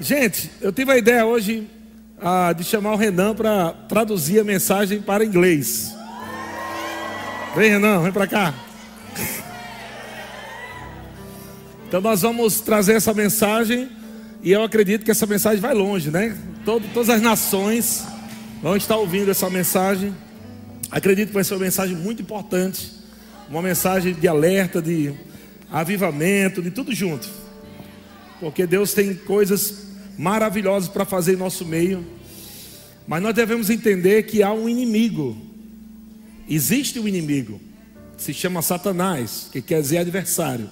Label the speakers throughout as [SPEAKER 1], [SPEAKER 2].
[SPEAKER 1] Gente, eu tive a ideia hoje ah, de chamar o Renan para traduzir a mensagem para inglês. Vem, Renan, vem para cá. Então nós vamos trazer essa mensagem e eu acredito que essa mensagem vai longe, né? Todo, todas as nações vão estar ouvindo essa mensagem. Acredito que vai ser uma mensagem muito importante, uma mensagem de alerta, de avivamento, de tudo junto. Porque Deus tem coisas maravilhosas para fazer em nosso meio. Mas nós devemos entender que há um inimigo. Existe um inimigo. Se chama Satanás, que quer dizer adversário.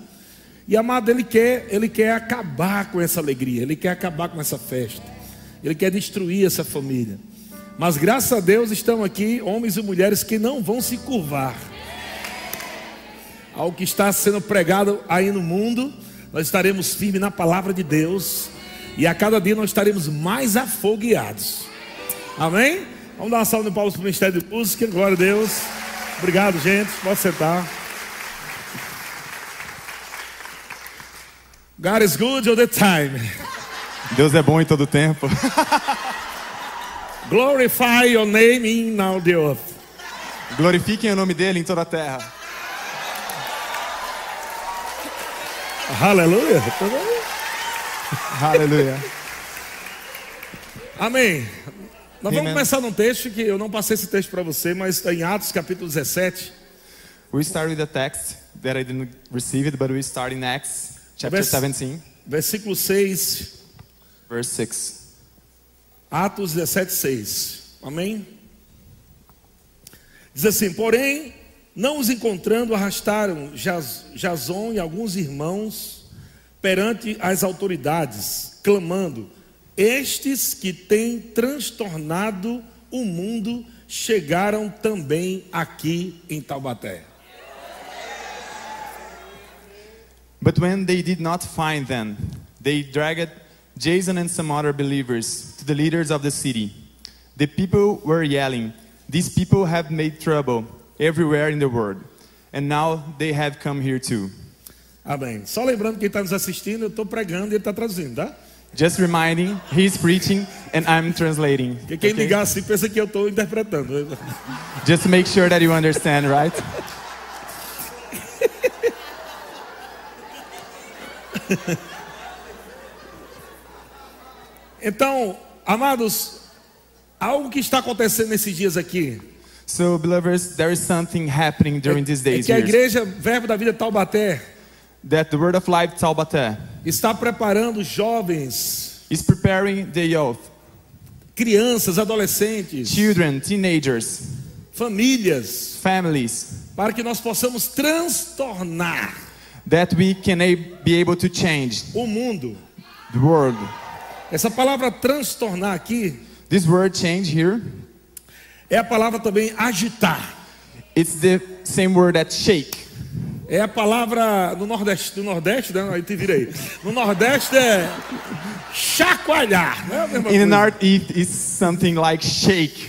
[SPEAKER 1] E amado, ele quer, ele quer acabar com essa alegria, ele quer acabar com essa festa. Ele quer destruir essa família. Mas graças a Deus estão aqui homens e mulheres que não vão se curvar ao que está sendo pregado aí no mundo. Nós estaremos firmes na palavra de Deus e a cada dia nós estaremos mais afogueados. Amém? Vamos dar uma salva de palmas para o Ministério de Música. Glória a Deus. Obrigado, gente. Pode sentar. God is good all the time.
[SPEAKER 2] Deus é bom em todo tempo.
[SPEAKER 1] Glorify your name in now the earth.
[SPEAKER 2] Glorifiquem o nome dele em toda a terra.
[SPEAKER 1] Aleluia.
[SPEAKER 2] Aleluia.
[SPEAKER 1] Amém. Nós vamos
[SPEAKER 2] Amen.
[SPEAKER 1] começar num texto que eu não passei esse texto para você, mas está em Atos capítulo 17.
[SPEAKER 2] We start with a text that I didn't receive it, but we start in Acts chapter
[SPEAKER 1] Verse-
[SPEAKER 2] 17,
[SPEAKER 1] Versículo 6,
[SPEAKER 2] verse 6.
[SPEAKER 1] Atos 17, 6. Amém? Diz assim: Porém, não os encontrando, arrastaram Jas- Jason e alguns irmãos perante as autoridades, clamando: Estes que têm transtornado o mundo chegaram também aqui em Taubaté.
[SPEAKER 2] But when they did not find them, they dragged Jason and some other believers to the leaders of the city. The people were yelling, These people have made trouble everywhere in the world, and now they have come here too.
[SPEAKER 1] Amém. Só lembrando quem está nos assistindo, eu estou pregando e ele está traduzindo, tá?
[SPEAKER 2] Just reminding, he's preaching and I'm translating.
[SPEAKER 1] Porque quem
[SPEAKER 2] okay?
[SPEAKER 1] ligar assim pensa que eu estou interpretando.
[SPEAKER 2] Just make sure that you understand, right?
[SPEAKER 1] Então, amados, algo que está acontecendo nesses dias aqui
[SPEAKER 2] So, beloveds, there is something happening during these
[SPEAKER 1] é
[SPEAKER 2] days
[SPEAKER 1] que a
[SPEAKER 2] here.
[SPEAKER 1] igreja Verbo da Vida Taubaté
[SPEAKER 2] that the Word of Life Taubaté
[SPEAKER 1] está preparando jovens,
[SPEAKER 2] is preparing the youth,
[SPEAKER 1] crianças, adolescentes,
[SPEAKER 2] children, teenagers,
[SPEAKER 1] famílias,
[SPEAKER 2] families,
[SPEAKER 1] para que nós possamos transtornar
[SPEAKER 2] that we can a- be able to change
[SPEAKER 1] o mundo.
[SPEAKER 2] the world.
[SPEAKER 1] Essa palavra transtornar aqui
[SPEAKER 2] This word change here,
[SPEAKER 1] é a palavra também agitar.
[SPEAKER 2] it's the same word that shake.
[SPEAKER 1] É a palavra no Nordeste, do Nordeste, né? Aí te vira aí. No Nordeste é chacoalhar, né? A mesma
[SPEAKER 2] In the
[SPEAKER 1] coisa.
[SPEAKER 2] Northeast, it's something like shake.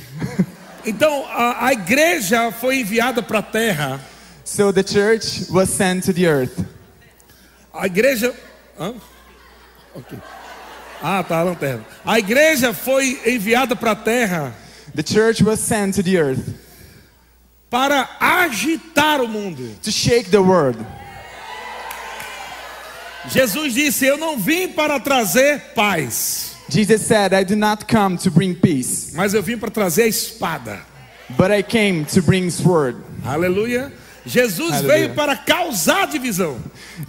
[SPEAKER 1] Então, a, a igreja foi enviada para a terra.
[SPEAKER 2] So, the church was sent to the earth.
[SPEAKER 1] A igreja. Hã? Ok. Ah, tá, a lanterna. A igreja foi enviada para a terra
[SPEAKER 2] The church was sent to the earth
[SPEAKER 1] para agitar o mundo.
[SPEAKER 2] to shake the world.
[SPEAKER 1] Jesus disse: Eu não vim para trazer paz,
[SPEAKER 2] Jesus said, I do not come to bring peace,
[SPEAKER 1] mas eu vim para trazer a espada.
[SPEAKER 2] but I came to bring sword.
[SPEAKER 1] Aleluia. Jesus
[SPEAKER 2] Aleluia.
[SPEAKER 1] veio para causar divisão.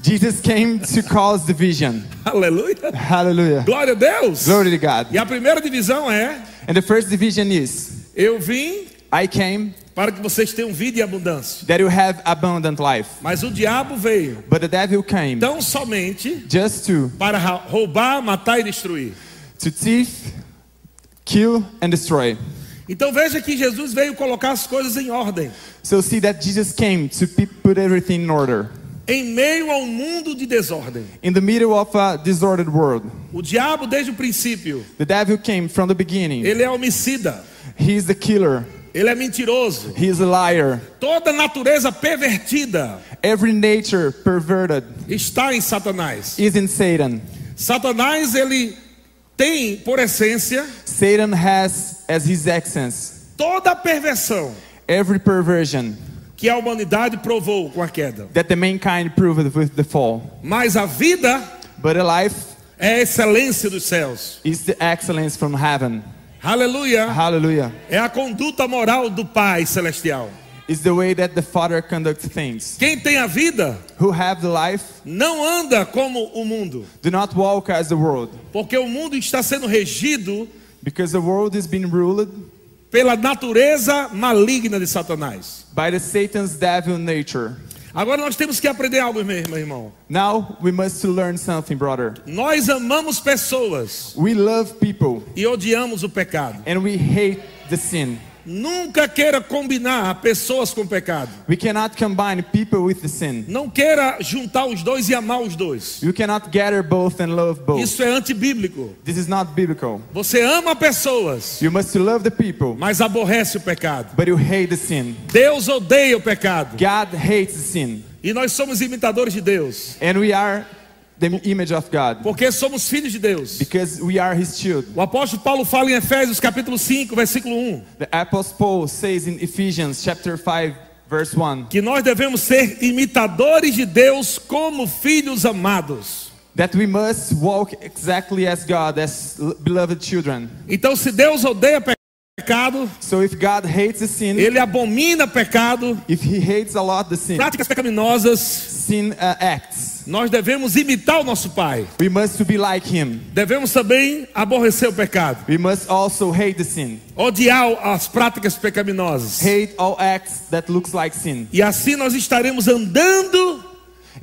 [SPEAKER 2] Jesus came to cause division.
[SPEAKER 1] Aleluia.
[SPEAKER 2] Hallelujah.
[SPEAKER 1] Glória a Deus.
[SPEAKER 2] Glory to God.
[SPEAKER 1] E a primeira divisão é:
[SPEAKER 2] And the first division is,
[SPEAKER 1] Eu vim
[SPEAKER 2] I came
[SPEAKER 1] para que vocês tenham vida e abundância.
[SPEAKER 2] that you have abundant life.
[SPEAKER 1] Mas o diabo veio
[SPEAKER 2] But the devil came
[SPEAKER 1] tão somente
[SPEAKER 2] just to,
[SPEAKER 1] para ra- roubar, matar e destruir.
[SPEAKER 2] to thief, kill, and destroy.
[SPEAKER 1] Então veja que Jesus veio colocar as coisas em ordem.
[SPEAKER 2] So see that Jesus came to pe- put everything in order.
[SPEAKER 1] Em meio ao mundo de desordem.
[SPEAKER 2] In the middle of a disordered world,
[SPEAKER 1] O diabo, desde o princípio,
[SPEAKER 2] the devil came from the beginning.
[SPEAKER 1] ele é homicida,
[SPEAKER 2] He is the killer.
[SPEAKER 1] ele é mentiroso.
[SPEAKER 2] He is a liar.
[SPEAKER 1] Toda natureza pervertida
[SPEAKER 2] Every nature perverted
[SPEAKER 1] está em Satanás.
[SPEAKER 2] is in Satan.
[SPEAKER 1] Satanás, ele tem, por essência,
[SPEAKER 2] Satan has as his essence
[SPEAKER 1] toda a perversão
[SPEAKER 2] every perversion
[SPEAKER 1] que a humanidade provou com a queda.
[SPEAKER 2] that the mankind proved with the fall.
[SPEAKER 1] Mas a vida
[SPEAKER 2] But a life
[SPEAKER 1] é a excelência dos céus.
[SPEAKER 2] is the excellence from heaven.
[SPEAKER 1] Aleluia!
[SPEAKER 2] Hallelujah.
[SPEAKER 1] É a conduta moral do Pai Celestial.
[SPEAKER 2] It's the way that the Father conducts things.
[SPEAKER 1] Quem tem a vida
[SPEAKER 2] Who have the life
[SPEAKER 1] não anda como o mundo,
[SPEAKER 2] do not walk as the world,
[SPEAKER 1] porque o mundo está sendo regido
[SPEAKER 2] because the world is being ruled
[SPEAKER 1] pela natureza maligna de Satanás.
[SPEAKER 2] by the Satan's devil nature.
[SPEAKER 1] Agora nós temos que aprender algo, meu meu irmão.
[SPEAKER 2] Now we must learn something, brother.
[SPEAKER 1] Nós amamos pessoas
[SPEAKER 2] We love people
[SPEAKER 1] e odiamos o pecado.
[SPEAKER 2] and we hate the sin.
[SPEAKER 1] Nunca queira combinar pessoas com pecado.
[SPEAKER 2] We cannot combine people with the sin.
[SPEAKER 1] Não queira juntar os dois e amar os dois.
[SPEAKER 2] You cannot gather both and love both.
[SPEAKER 1] Isso é antibíblico.
[SPEAKER 2] This is not biblical.
[SPEAKER 1] Você ama pessoas,
[SPEAKER 2] You must love the people,
[SPEAKER 1] mas aborrece o pecado.
[SPEAKER 2] but you hate the sin.
[SPEAKER 1] Deus odeia o pecado.
[SPEAKER 2] God hates the sin,
[SPEAKER 1] E nós somos imitadores de Deus,
[SPEAKER 2] and we are the image of God
[SPEAKER 1] porque somos filhos de Deus.
[SPEAKER 2] because we are his children.
[SPEAKER 1] O apóstolo Paulo fala em Efésios capítulo 5, versículo 1,
[SPEAKER 2] The apostle Paul says in Ephesians chapter 5 verse 1
[SPEAKER 1] que nós devemos ser imitadores de Deus como filhos amados.
[SPEAKER 2] that we must walk exactly as God as l- beloved children.
[SPEAKER 1] Então, se Deus odeia pe- pecado,
[SPEAKER 2] So if God hates the sin,
[SPEAKER 1] ele abomina pecado,
[SPEAKER 2] if he hates a lot the sin,
[SPEAKER 1] práticas pecaminosas,
[SPEAKER 2] sin uh, acts.
[SPEAKER 1] nós devemos imitar o nosso Pai.
[SPEAKER 2] We must to be like him.
[SPEAKER 1] Devemos também aborrecer o pecado,
[SPEAKER 2] We must also hate the sin.
[SPEAKER 1] odiar as práticas pecaminosas.
[SPEAKER 2] Hate all acts that looks like sin.
[SPEAKER 1] E assim nós estaremos andando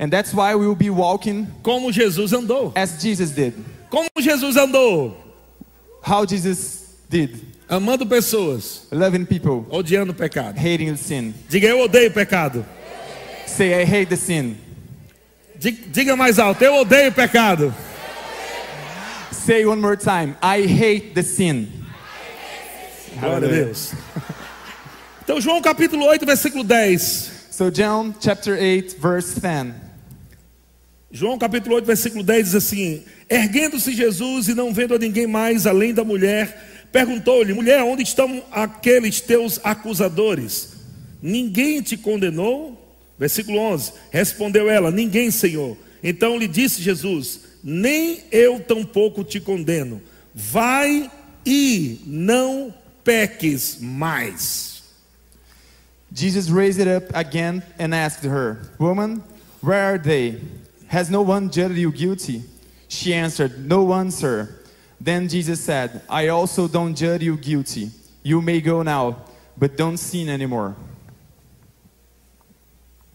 [SPEAKER 2] And that's why we will be walking
[SPEAKER 1] como Jesus andou.
[SPEAKER 2] as Jesus did.
[SPEAKER 1] Como Jesus andou?
[SPEAKER 2] How Jesus did.
[SPEAKER 1] Amando pessoas,
[SPEAKER 2] Loving people,
[SPEAKER 1] odiando o pecado.
[SPEAKER 2] hating the sin.
[SPEAKER 1] Diga eu odeio o pecado.
[SPEAKER 2] Say I hate the sin.
[SPEAKER 1] Di- Diga mais alto, eu odeio o pecado.
[SPEAKER 2] Say one more time, I hate the sin.
[SPEAKER 1] Glória a Deus. Então João capítulo 8, versículo 10.
[SPEAKER 2] So John chapter 8 verse 10.
[SPEAKER 1] João capítulo 8, versículo 10 diz assim: Erguendo-se Jesus e não vendo a ninguém mais além da mulher, perguntou-lhe: Mulher, onde estão aqueles teus acusadores? Ninguém te condenou? Versículo 11: Respondeu ela: Ninguém, Senhor. Então lhe disse Jesus: Nem eu tampouco te condeno. Vai e não peques mais.
[SPEAKER 2] Jesus raised it up again and asked her, Woman, where are they? Has no one judged you guilty? She answered, No one, sir. Then Jesus said, I also don't judge you guilty. You may go now, but don't sin anymore.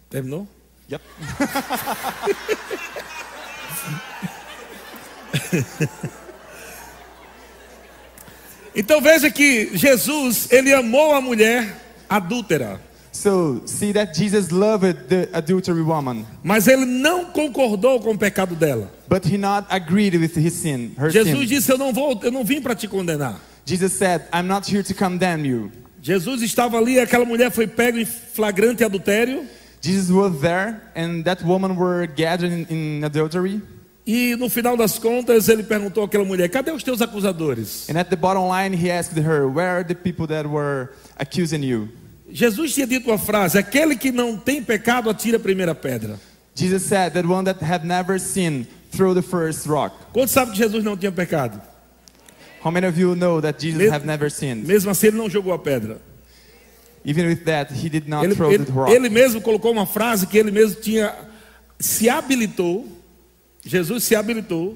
[SPEAKER 1] Terminou?
[SPEAKER 2] Yep.
[SPEAKER 1] Então veja que Jesus, ele amou a mulher adúltera,
[SPEAKER 2] So see that Jesus loved the adultery woman,
[SPEAKER 1] mas ele não concordou com o pecado dela.
[SPEAKER 2] but he not agreed with his sin, her
[SPEAKER 1] Jesus
[SPEAKER 2] sin.
[SPEAKER 1] disse: "Eu não vou, eu não vim para te condenar".
[SPEAKER 2] Jesus said, I'm not here to condemn you.
[SPEAKER 1] Jesus estava ali, aquela mulher foi pega em flagrante adultério
[SPEAKER 2] Jesus was there, and that woman were gathered in, in adultery.
[SPEAKER 1] e no final das contas ele perguntou àquela mulher: "Cadê os teus acusadores?".
[SPEAKER 2] And at the bottom line, he asked her, Where are the people that were accusing you?
[SPEAKER 1] Jesus tinha dito uma frase: "Aquele que não tem pecado atira a primeira pedra".
[SPEAKER 2] Jesus said, That one that had never sinned, throw the first rock.
[SPEAKER 1] Quantos sabem que Jesus não tinha pecado?
[SPEAKER 2] How many of you know that Jesus
[SPEAKER 1] Me-
[SPEAKER 2] have never sinned?
[SPEAKER 1] Mesmo assim ele não jogou a pedra.
[SPEAKER 2] Even with that, he did not
[SPEAKER 1] Ele,
[SPEAKER 2] throw
[SPEAKER 1] ele-
[SPEAKER 2] the rock.
[SPEAKER 1] ele mesmo colocou uma frase que ele mesmo tinha se habilitou, Jesus se habilitou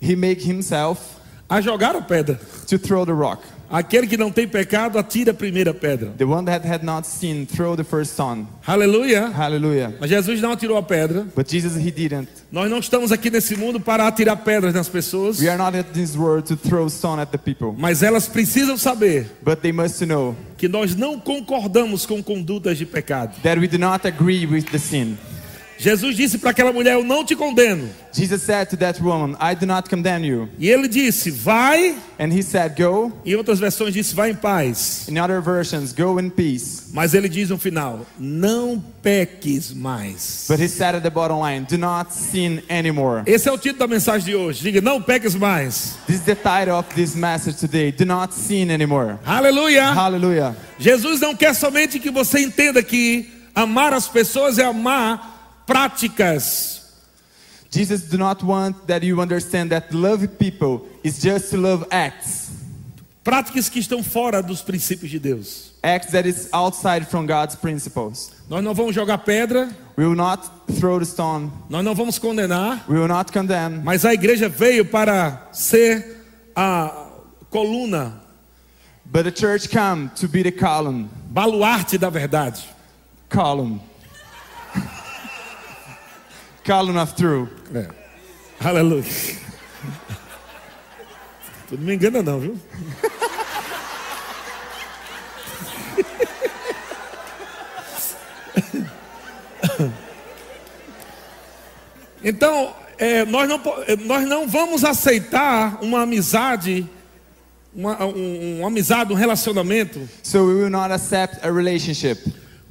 [SPEAKER 2] He made himself
[SPEAKER 1] a jogar a pedra.
[SPEAKER 2] to throw the rock.
[SPEAKER 1] Aquele que não tem pecado atira a primeira pedra.
[SPEAKER 2] The one that had not sinned, throw the first stone.
[SPEAKER 1] Aleluia.
[SPEAKER 2] Hallelujah.
[SPEAKER 1] Mas Jesus não atirou a pedra.
[SPEAKER 2] But Jesus, he didn't.
[SPEAKER 1] Nós não estamos aqui nesse mundo para atirar pedras nas pessoas,
[SPEAKER 2] We are not at this world to throw stone at the people.
[SPEAKER 1] mas elas precisam saber
[SPEAKER 2] But they must know
[SPEAKER 1] que nós não concordamos com condutas de pecado.
[SPEAKER 2] that we do not agree with the sin.
[SPEAKER 1] Jesus disse para aquela mulher: Eu não te condeno.
[SPEAKER 2] Jesus said to that woman, I do not condemn you.
[SPEAKER 1] E ele disse: Vai.
[SPEAKER 2] And he said, Go.
[SPEAKER 1] Em outras versões disse: Vai em paz.
[SPEAKER 2] In other versions, go in peace.
[SPEAKER 1] Mas ele diz no final: Não peques mais.
[SPEAKER 2] But he said at the bottom line, Do not sin anymore.
[SPEAKER 1] Esse é o título da mensagem de hoje. Diga: Não peques mais.
[SPEAKER 2] This is the title of this message today. Do not sin anymore.
[SPEAKER 1] Aleluia.
[SPEAKER 2] Hallelujah.
[SPEAKER 1] Jesus não quer somente que você entenda que amar as pessoas é amar práticas.
[SPEAKER 2] Jesus do not want that you understand that love people is just to love acts.
[SPEAKER 1] Práticas que estão fora dos princípios de Deus.
[SPEAKER 2] Acts that is outside from God's principles.
[SPEAKER 1] Nós não vamos jogar pedra,
[SPEAKER 2] We will not throw the stone.
[SPEAKER 1] nós não vamos condenar,
[SPEAKER 2] We will not condemn.
[SPEAKER 1] mas a igreja veio para ser a coluna,
[SPEAKER 2] But the church come to be the column.
[SPEAKER 1] baluarte da verdade.
[SPEAKER 2] Column. column of truth.
[SPEAKER 1] É. Aleluia. Tu não me engana não, viu? Então, é, nós, não, po- é, nós não vamos aceitar uma amizade, uma, um- uma amizade, um relacionamento
[SPEAKER 2] So we will not accept a relationship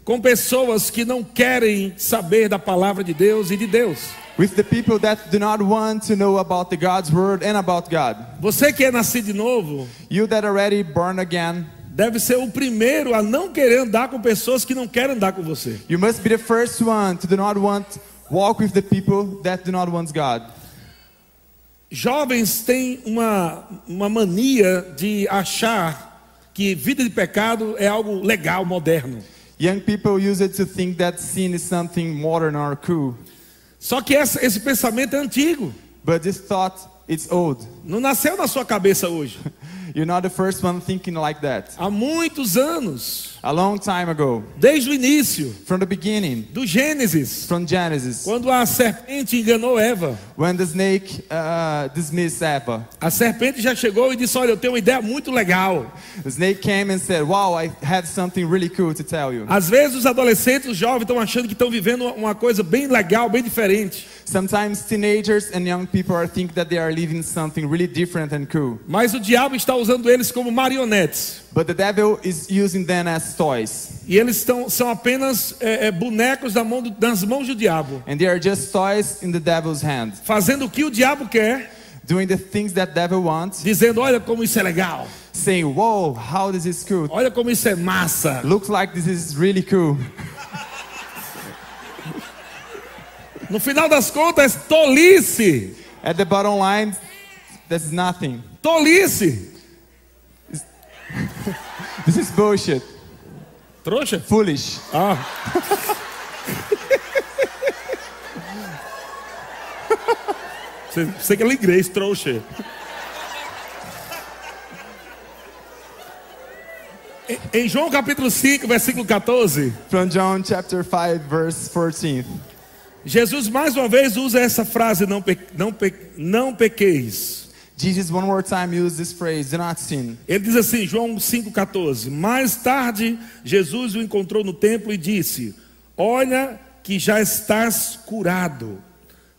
[SPEAKER 1] com pessoas que não querem saber da palavra de Deus e de Deus.
[SPEAKER 2] with the people that do not want to know about the God's word and about God.
[SPEAKER 1] Você que é nascido de novo,
[SPEAKER 2] You that already born again,
[SPEAKER 1] deve ser o primeiro a não querer andar com pessoas que não querem andar com você.
[SPEAKER 2] you must be the first one to do not want walk with the people that do not want God.
[SPEAKER 1] Jovens têm uma, uma mania de achar que vida de pecado é algo legal, moderno.
[SPEAKER 2] Young people use it to think that sin is something modern or cool,
[SPEAKER 1] Só que essa- esse pensamento é antigo.
[SPEAKER 2] but this thought it's old.
[SPEAKER 1] Não nasceu na sua cabeça hoje.
[SPEAKER 2] You're not the first one thinking like that.
[SPEAKER 1] Há muitos anos,
[SPEAKER 2] A long time ago,
[SPEAKER 1] desde o início,
[SPEAKER 2] from the beginning,
[SPEAKER 1] do Gênesis,
[SPEAKER 2] from Genesis,
[SPEAKER 1] quando a serpente enganou Eva,
[SPEAKER 2] when the snake uh, dismissed Eva,
[SPEAKER 1] a serpente já chegou e disse: Olha, eu tenho uma ideia muito legal.
[SPEAKER 2] The snake came and said, Wow, I have something really cool to tell you.
[SPEAKER 1] Às vezes os adolescentes, os jovens, estão achando que estão vivendo uma- uma coisa bem legal, bem diferente.
[SPEAKER 2] Sometimes teenagers and young people are think that they are living something really different and cool.
[SPEAKER 1] Mas o diabo está usando eles como marionetes.
[SPEAKER 2] But the devil is using them as toys.
[SPEAKER 1] E eles estão, são apenas é, é, bonecos da mão do- nas mãos do diabo.
[SPEAKER 2] And they are just toys in the devil's hand,
[SPEAKER 1] Fazendo o que o diabo quer,
[SPEAKER 2] doing the things that devil wants,
[SPEAKER 1] dizendo: olha como isso é legal,
[SPEAKER 2] saying, Whoa, how this is cool.
[SPEAKER 1] olha como isso é massa.
[SPEAKER 2] Looks like this is really cool.
[SPEAKER 1] No final das contas, é tolice!
[SPEAKER 2] At the bottom line, that's nothing.
[SPEAKER 1] Tolice!
[SPEAKER 2] This is bullshit.
[SPEAKER 1] Trouxa?
[SPEAKER 2] Foolish.
[SPEAKER 1] Ah. Você, você que é inglês, trouxa. Em- Em João capítulo 5, versículo 14,
[SPEAKER 2] From John chapter 5, verse 14.
[SPEAKER 1] Jesus mais uma vez usa essa frase: não, pe- não, pe- não pequeis.
[SPEAKER 2] Jesus, one more time, used this phrase do not sin.
[SPEAKER 1] Ele diz assim, João 5,14: Mais tarde, Jesus o encontrou no templo e disse: Olha, que já estás curado,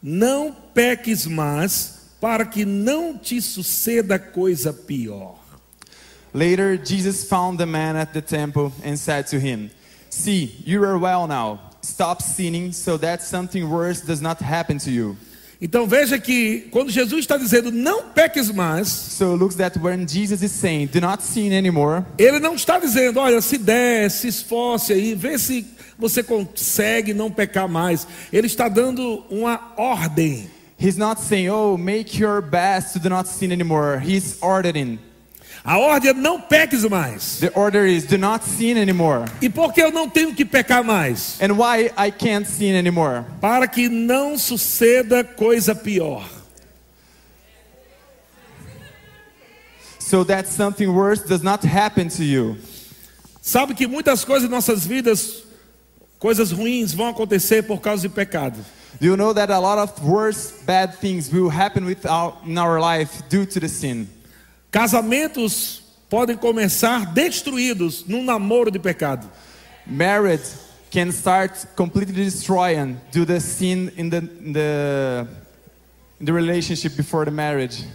[SPEAKER 1] não peques mais, para que não te suceda coisa pior.
[SPEAKER 2] Later, Jesus found the man at the temple and said to him, See, you are well now. Stop sinning so that something worse does not happen to you.
[SPEAKER 1] Então veja que, quando Jesus está dizendo não peques mais,
[SPEAKER 2] So it looks that when Jesus is saying, Do not sin anymore,
[SPEAKER 1] ele não está dizendo, olha, se der, se esforce aí, vê se você consegue não pecar mais. Ele está dando uma ordem.
[SPEAKER 2] he's not saying, Oh, make your best to do not sin anymore. He's ordering.
[SPEAKER 1] A ordem é não peques mais.
[SPEAKER 2] The order is, Do not sin anymore.
[SPEAKER 1] E por que eu não tenho que pecar mais?
[SPEAKER 2] And why I can't sin anymore?
[SPEAKER 1] Para que não suceda coisa pior.
[SPEAKER 2] So that something worse does not happen to you.
[SPEAKER 1] Sabe que muitas coisas em nossas vidas, coisas ruins vão acontecer por causa de pecado.
[SPEAKER 2] Do you know that a lot of worse, bad things will happen with our, in our life due to the sin?
[SPEAKER 1] Casamentos podem começar destruídos num namoro de pecado.
[SPEAKER 2] Marriage can start completely destroying do the sin in the in the in the relationship before the marriage.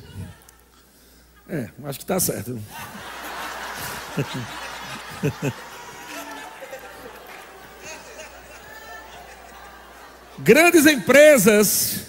[SPEAKER 1] É, acho que tá certo. Grandes empresas,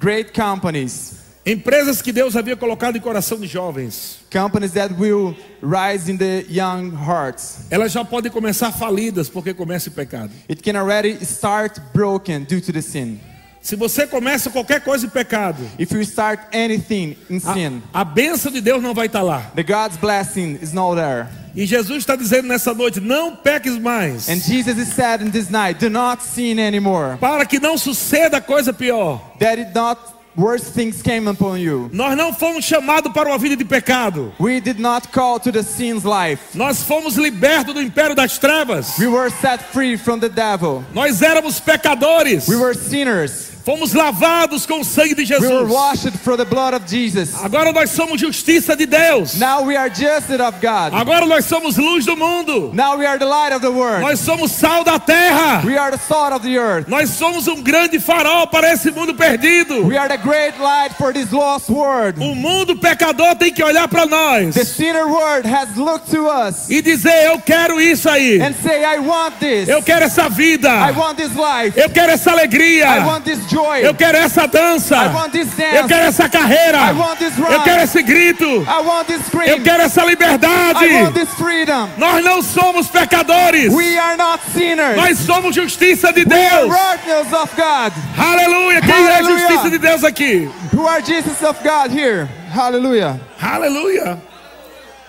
[SPEAKER 2] Great companies,
[SPEAKER 1] empresas que Deus havia colocado em coração de jovens,
[SPEAKER 2] companies that will rise in the young hearts.
[SPEAKER 1] elas já podem começar falidas porque começa em pecado.
[SPEAKER 2] It can already start broken due to the sin.
[SPEAKER 1] Se você começa qualquer coisa em pecado,
[SPEAKER 2] If you start anything in
[SPEAKER 1] Ah.
[SPEAKER 2] sin,
[SPEAKER 1] a, a bênção de Deus não vai estar lá.
[SPEAKER 2] the God's blessing is not there.
[SPEAKER 1] E Jesus está dizendo nessa noite: não peques mais,
[SPEAKER 2] And Jesus is said in this night, do not sin anymore.
[SPEAKER 1] para que não suceda coisa pior.
[SPEAKER 2] That it not worse things came upon you.
[SPEAKER 1] Nós não fomos chamados para uma vida de pecado.
[SPEAKER 2] We did not call to the sin's life.
[SPEAKER 1] Nós fomos libertos do império das trevas.
[SPEAKER 2] We were set free from the devil.
[SPEAKER 1] Nós éramos pecadores.
[SPEAKER 2] We were sinners.
[SPEAKER 1] Fomos lavados com o sangue de
[SPEAKER 2] We were
[SPEAKER 1] Jesus.
[SPEAKER 2] washed for the blood of Jesus.
[SPEAKER 1] Agora nós somos justiça de Deus.
[SPEAKER 2] Now we are justice of God.
[SPEAKER 1] Agora nós somos luz do mundo.
[SPEAKER 2] Now we are the light of the world.
[SPEAKER 1] Nós somos sal da terra.
[SPEAKER 2] We are the salt of the earth.
[SPEAKER 1] Nós somos um grande farol para esse mundo perdido.
[SPEAKER 2] We are the great light for this lost world.
[SPEAKER 1] O mundo pecador tem que olhar para nós
[SPEAKER 2] The sinner world has looked to us
[SPEAKER 1] e dizer: Eu quero isso aí.
[SPEAKER 2] and say, I want this.
[SPEAKER 1] Eu quero essa vida.
[SPEAKER 2] I want this life.
[SPEAKER 1] Eu quero essa alegria.
[SPEAKER 2] I want this joy.
[SPEAKER 1] Eu quero essa dança.
[SPEAKER 2] I want this
[SPEAKER 1] Eu
[SPEAKER 2] dance.
[SPEAKER 1] quero essa carreira.
[SPEAKER 2] I want this
[SPEAKER 1] Eu
[SPEAKER 2] run.
[SPEAKER 1] quero esse grito.
[SPEAKER 2] I want this
[SPEAKER 1] Eu
[SPEAKER 2] scream.
[SPEAKER 1] quero essa liberdade.
[SPEAKER 2] I want this freedom.
[SPEAKER 1] Nós não somos pecadores.
[SPEAKER 2] We are not sinners.
[SPEAKER 1] Nós somos justiça de
[SPEAKER 2] We are
[SPEAKER 1] Deus.
[SPEAKER 2] partners of God.
[SPEAKER 1] Aleluia. Quem é
[SPEAKER 2] Aleluia.
[SPEAKER 1] justiça de Deus aqui?
[SPEAKER 2] Who are Jesus of God here. Hallelujah.
[SPEAKER 1] Aleluia.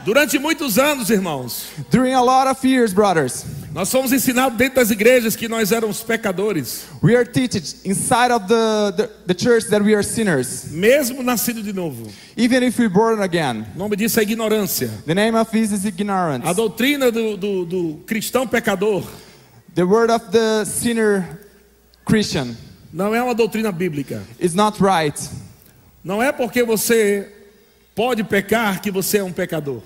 [SPEAKER 1] Durante muitos anos, irmãos,
[SPEAKER 2] During a lot of years, brothers,
[SPEAKER 1] nós fomos ensinados dentro das igrejas que nós éramos pecadores,
[SPEAKER 2] we are taught inside of the, the, the church that we are sinners,
[SPEAKER 1] mesmo nascido de novo.
[SPEAKER 2] even if we're born again.
[SPEAKER 1] O nome disso é ignorância.
[SPEAKER 2] The name of this is ignorance.
[SPEAKER 1] A doutrina do, do- do cristão pecador
[SPEAKER 2] The word of the sinner Christian
[SPEAKER 1] não é uma doutrina bíblica.
[SPEAKER 2] is not right.
[SPEAKER 1] Não é porque você pode pecar que você é um pecador.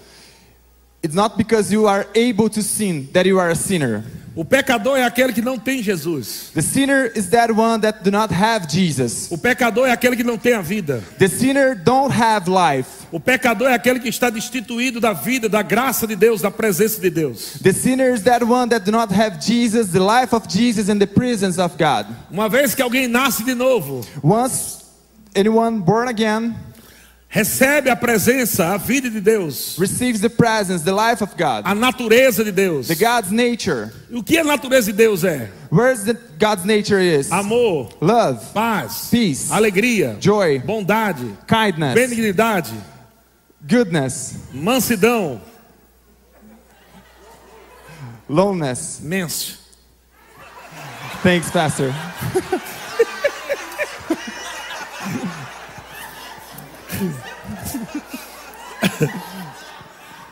[SPEAKER 2] It's not because you are able to sin that you are a sinner.
[SPEAKER 1] O pecador é aquele que não tem Jesus.
[SPEAKER 2] The sinner is that one that do not have Jesus.
[SPEAKER 1] O pecador é aquele que não tem a vida.
[SPEAKER 2] The sinner don't have life.
[SPEAKER 1] O pecador é aquele que está destituído da vida, da graça de Deus, da presença de Deus.
[SPEAKER 2] The sinner is that one that do not have Jesus, the life of Jesus and the presence of God.
[SPEAKER 1] Uma vez que alguém nasce de novo,
[SPEAKER 2] Once anyone born again
[SPEAKER 1] recebe a presença, a vida de Deus,
[SPEAKER 2] receives the presence, the life of God,
[SPEAKER 1] a natureza de Deus.
[SPEAKER 2] the God's nature.
[SPEAKER 1] O que a natureza de Deus é?
[SPEAKER 2] Where's the God's nature is?
[SPEAKER 1] Amor,
[SPEAKER 2] Love,
[SPEAKER 1] paz,
[SPEAKER 2] Peace.
[SPEAKER 1] alegria,
[SPEAKER 2] joy,
[SPEAKER 1] bondade,
[SPEAKER 2] kindness,
[SPEAKER 1] benignidade,
[SPEAKER 2] goodness,
[SPEAKER 1] mansidão,
[SPEAKER 2] loneliness.
[SPEAKER 1] menso.
[SPEAKER 2] Thanks, Pastor.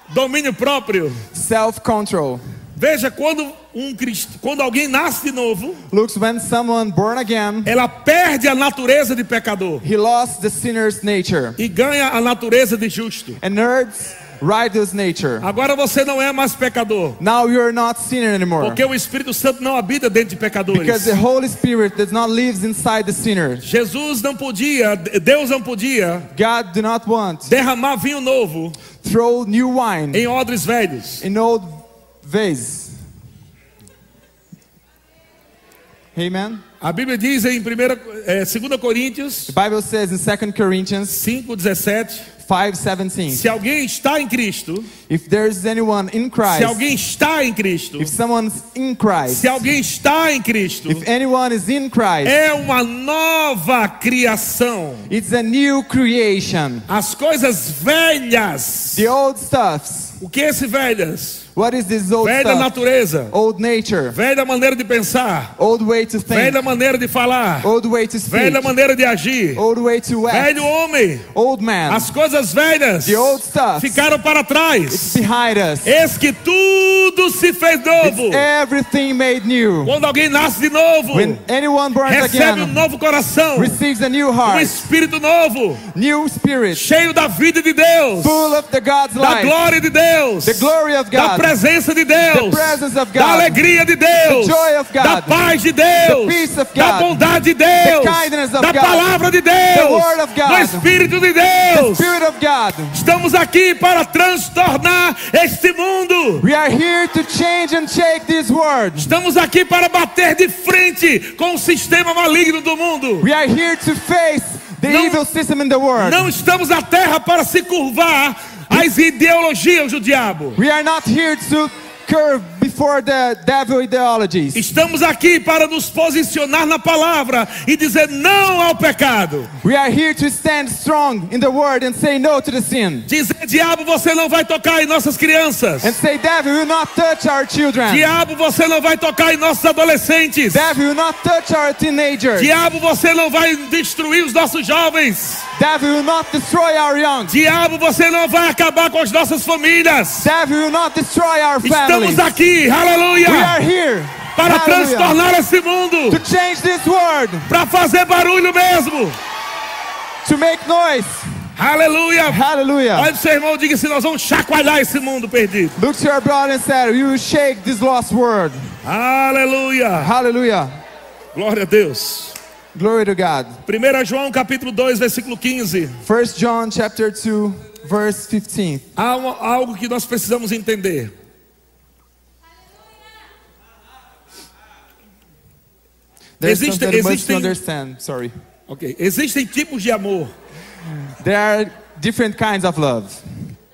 [SPEAKER 1] Domínio próprio.
[SPEAKER 2] Self-control.
[SPEAKER 1] Veja quando um crist... quando alguém nasce de novo,
[SPEAKER 2] Looks when someone born again,
[SPEAKER 1] ela perde a natureza de pecador
[SPEAKER 2] he lost the sinner's nature
[SPEAKER 1] e ganha a natureza de justo.
[SPEAKER 2] and earns righteous nature.
[SPEAKER 1] Agora você não é mais pecador,
[SPEAKER 2] Now you are not sinner anymore.
[SPEAKER 1] porque o Espírito Santo não habita dentro de
[SPEAKER 2] Because the
[SPEAKER 1] pecadores.
[SPEAKER 2] Holy Spirit does not lives inside the sinner.
[SPEAKER 1] Jesus não podia, Deus não podia
[SPEAKER 2] God do not want
[SPEAKER 1] derramar vinho novo
[SPEAKER 2] throw new wine
[SPEAKER 1] em odres velhos.
[SPEAKER 2] in old vase. Amen.
[SPEAKER 1] A Bíblia diz em 1, é, 2 Coríntios
[SPEAKER 2] The Bible says in 2 Corinthians
[SPEAKER 1] 5,17:
[SPEAKER 2] 5:17,
[SPEAKER 1] se alguém está em Cristo,
[SPEAKER 2] if there is anyone in
[SPEAKER 1] se
[SPEAKER 2] Christ,
[SPEAKER 1] alguém está em Cristo,
[SPEAKER 2] if someone's in Christ,
[SPEAKER 1] se alguém está em Cristo,
[SPEAKER 2] if anyone is in Christ,
[SPEAKER 1] é uma nova criação.
[SPEAKER 2] it's a new creation.
[SPEAKER 1] As coisas velhas.
[SPEAKER 2] The old stuffs.
[SPEAKER 1] O que é esse velhas?
[SPEAKER 2] What is this old
[SPEAKER 1] Velha da
[SPEAKER 2] stuff?
[SPEAKER 1] natureza,
[SPEAKER 2] Old nature,
[SPEAKER 1] velha maneira de pensar,
[SPEAKER 2] old way to think,
[SPEAKER 1] velha maneira de falar,
[SPEAKER 2] old way to speak,
[SPEAKER 1] velha maneira de agir,
[SPEAKER 2] old way to act,
[SPEAKER 1] velho homem.
[SPEAKER 2] old man.
[SPEAKER 1] As coisas velhas
[SPEAKER 2] The old stuff
[SPEAKER 1] ficaram para trás.
[SPEAKER 2] behind us.
[SPEAKER 1] Eis que tudo se fez novo.
[SPEAKER 2] Everything made new.
[SPEAKER 1] Quando alguém nasce de novo,
[SPEAKER 2] When anyone born
[SPEAKER 1] recebe um
[SPEAKER 2] again
[SPEAKER 1] novo coração,
[SPEAKER 2] receives a new
[SPEAKER 1] um
[SPEAKER 2] heart,
[SPEAKER 1] espírito novo,
[SPEAKER 2] new spirit,
[SPEAKER 1] cheio da vida de Deus,
[SPEAKER 2] full of the God's
[SPEAKER 1] da
[SPEAKER 2] life,
[SPEAKER 1] glória de Deus,
[SPEAKER 2] The glory of
[SPEAKER 1] da
[SPEAKER 2] God.
[SPEAKER 1] presença de Deus,
[SPEAKER 2] The presence of
[SPEAKER 1] da
[SPEAKER 2] God.
[SPEAKER 1] alegria de Deus,
[SPEAKER 2] The joy of God.
[SPEAKER 1] da paz de Deus,
[SPEAKER 2] The peace of
[SPEAKER 1] da
[SPEAKER 2] God.
[SPEAKER 1] bondade de Deus,
[SPEAKER 2] The kindness of
[SPEAKER 1] da
[SPEAKER 2] God.
[SPEAKER 1] palavra de
[SPEAKER 2] The
[SPEAKER 1] Deus,
[SPEAKER 2] word of God.
[SPEAKER 1] do Espírito de
[SPEAKER 2] The
[SPEAKER 1] Deus.
[SPEAKER 2] Spirit of God.
[SPEAKER 1] Estamos aqui para transtornar este mundo.
[SPEAKER 2] We are here to change and shake this world.
[SPEAKER 1] Estamos aqui para bater de frente com o sistema maligno do mundo.
[SPEAKER 2] We are here to face the
[SPEAKER 1] Não-
[SPEAKER 2] evil system in the world.
[SPEAKER 1] Não estamos na terra para se curvar às ideologias do diabo.
[SPEAKER 2] We are not here to curve before the devil ideologies.
[SPEAKER 1] Estamos aqui para nos posicionar na palavra e dizer não ao pecado.
[SPEAKER 2] We are here to stand strong in the word and say no to the sin.
[SPEAKER 1] Dizer, diabo, você não vai tocar em nossas
[SPEAKER 2] And
[SPEAKER 1] crianças.
[SPEAKER 2] say, devil, you will not touch our children.
[SPEAKER 1] Diabo, você não vai tocar em nossos adolescentes.
[SPEAKER 2] Devil, you will not touch our teenagers.
[SPEAKER 1] Diabo, você não vai destruir os nossos jovens.
[SPEAKER 2] Devil, you will not destroy our young.
[SPEAKER 1] Diabo, você não vai acabar com as nossas famílias.
[SPEAKER 2] Devil, you will not destroy our families.
[SPEAKER 1] Estamos aqui, aleluia,
[SPEAKER 2] We are here
[SPEAKER 1] para
[SPEAKER 2] hallelujah,
[SPEAKER 1] transtornar esse
[SPEAKER 2] to
[SPEAKER 1] mundo,
[SPEAKER 2] change this world,
[SPEAKER 1] para fazer barulho mesmo.
[SPEAKER 2] to make noise.
[SPEAKER 1] Aleluia. Olha
[SPEAKER 2] Hallelujah.
[SPEAKER 1] pro seu irmão e diga assim: nós vamos chacoalhar esse mundo perdido.
[SPEAKER 2] Look to your brother and say, you will shake this lost world.
[SPEAKER 1] Aleluia.
[SPEAKER 2] Hallelujah.
[SPEAKER 1] Glória a Deus.
[SPEAKER 2] Glory to God.
[SPEAKER 1] 1 João capítulo 2, versículo 15.
[SPEAKER 2] 1 John chapter 2 verse 15.
[SPEAKER 1] Há uma- algo que nós precisamos entender.
[SPEAKER 2] There's
[SPEAKER 1] Existe-
[SPEAKER 2] something that much
[SPEAKER 1] existem-
[SPEAKER 2] to understand. Sorry.
[SPEAKER 1] Ok. Existem tipos de amor.
[SPEAKER 2] There are different kinds of love.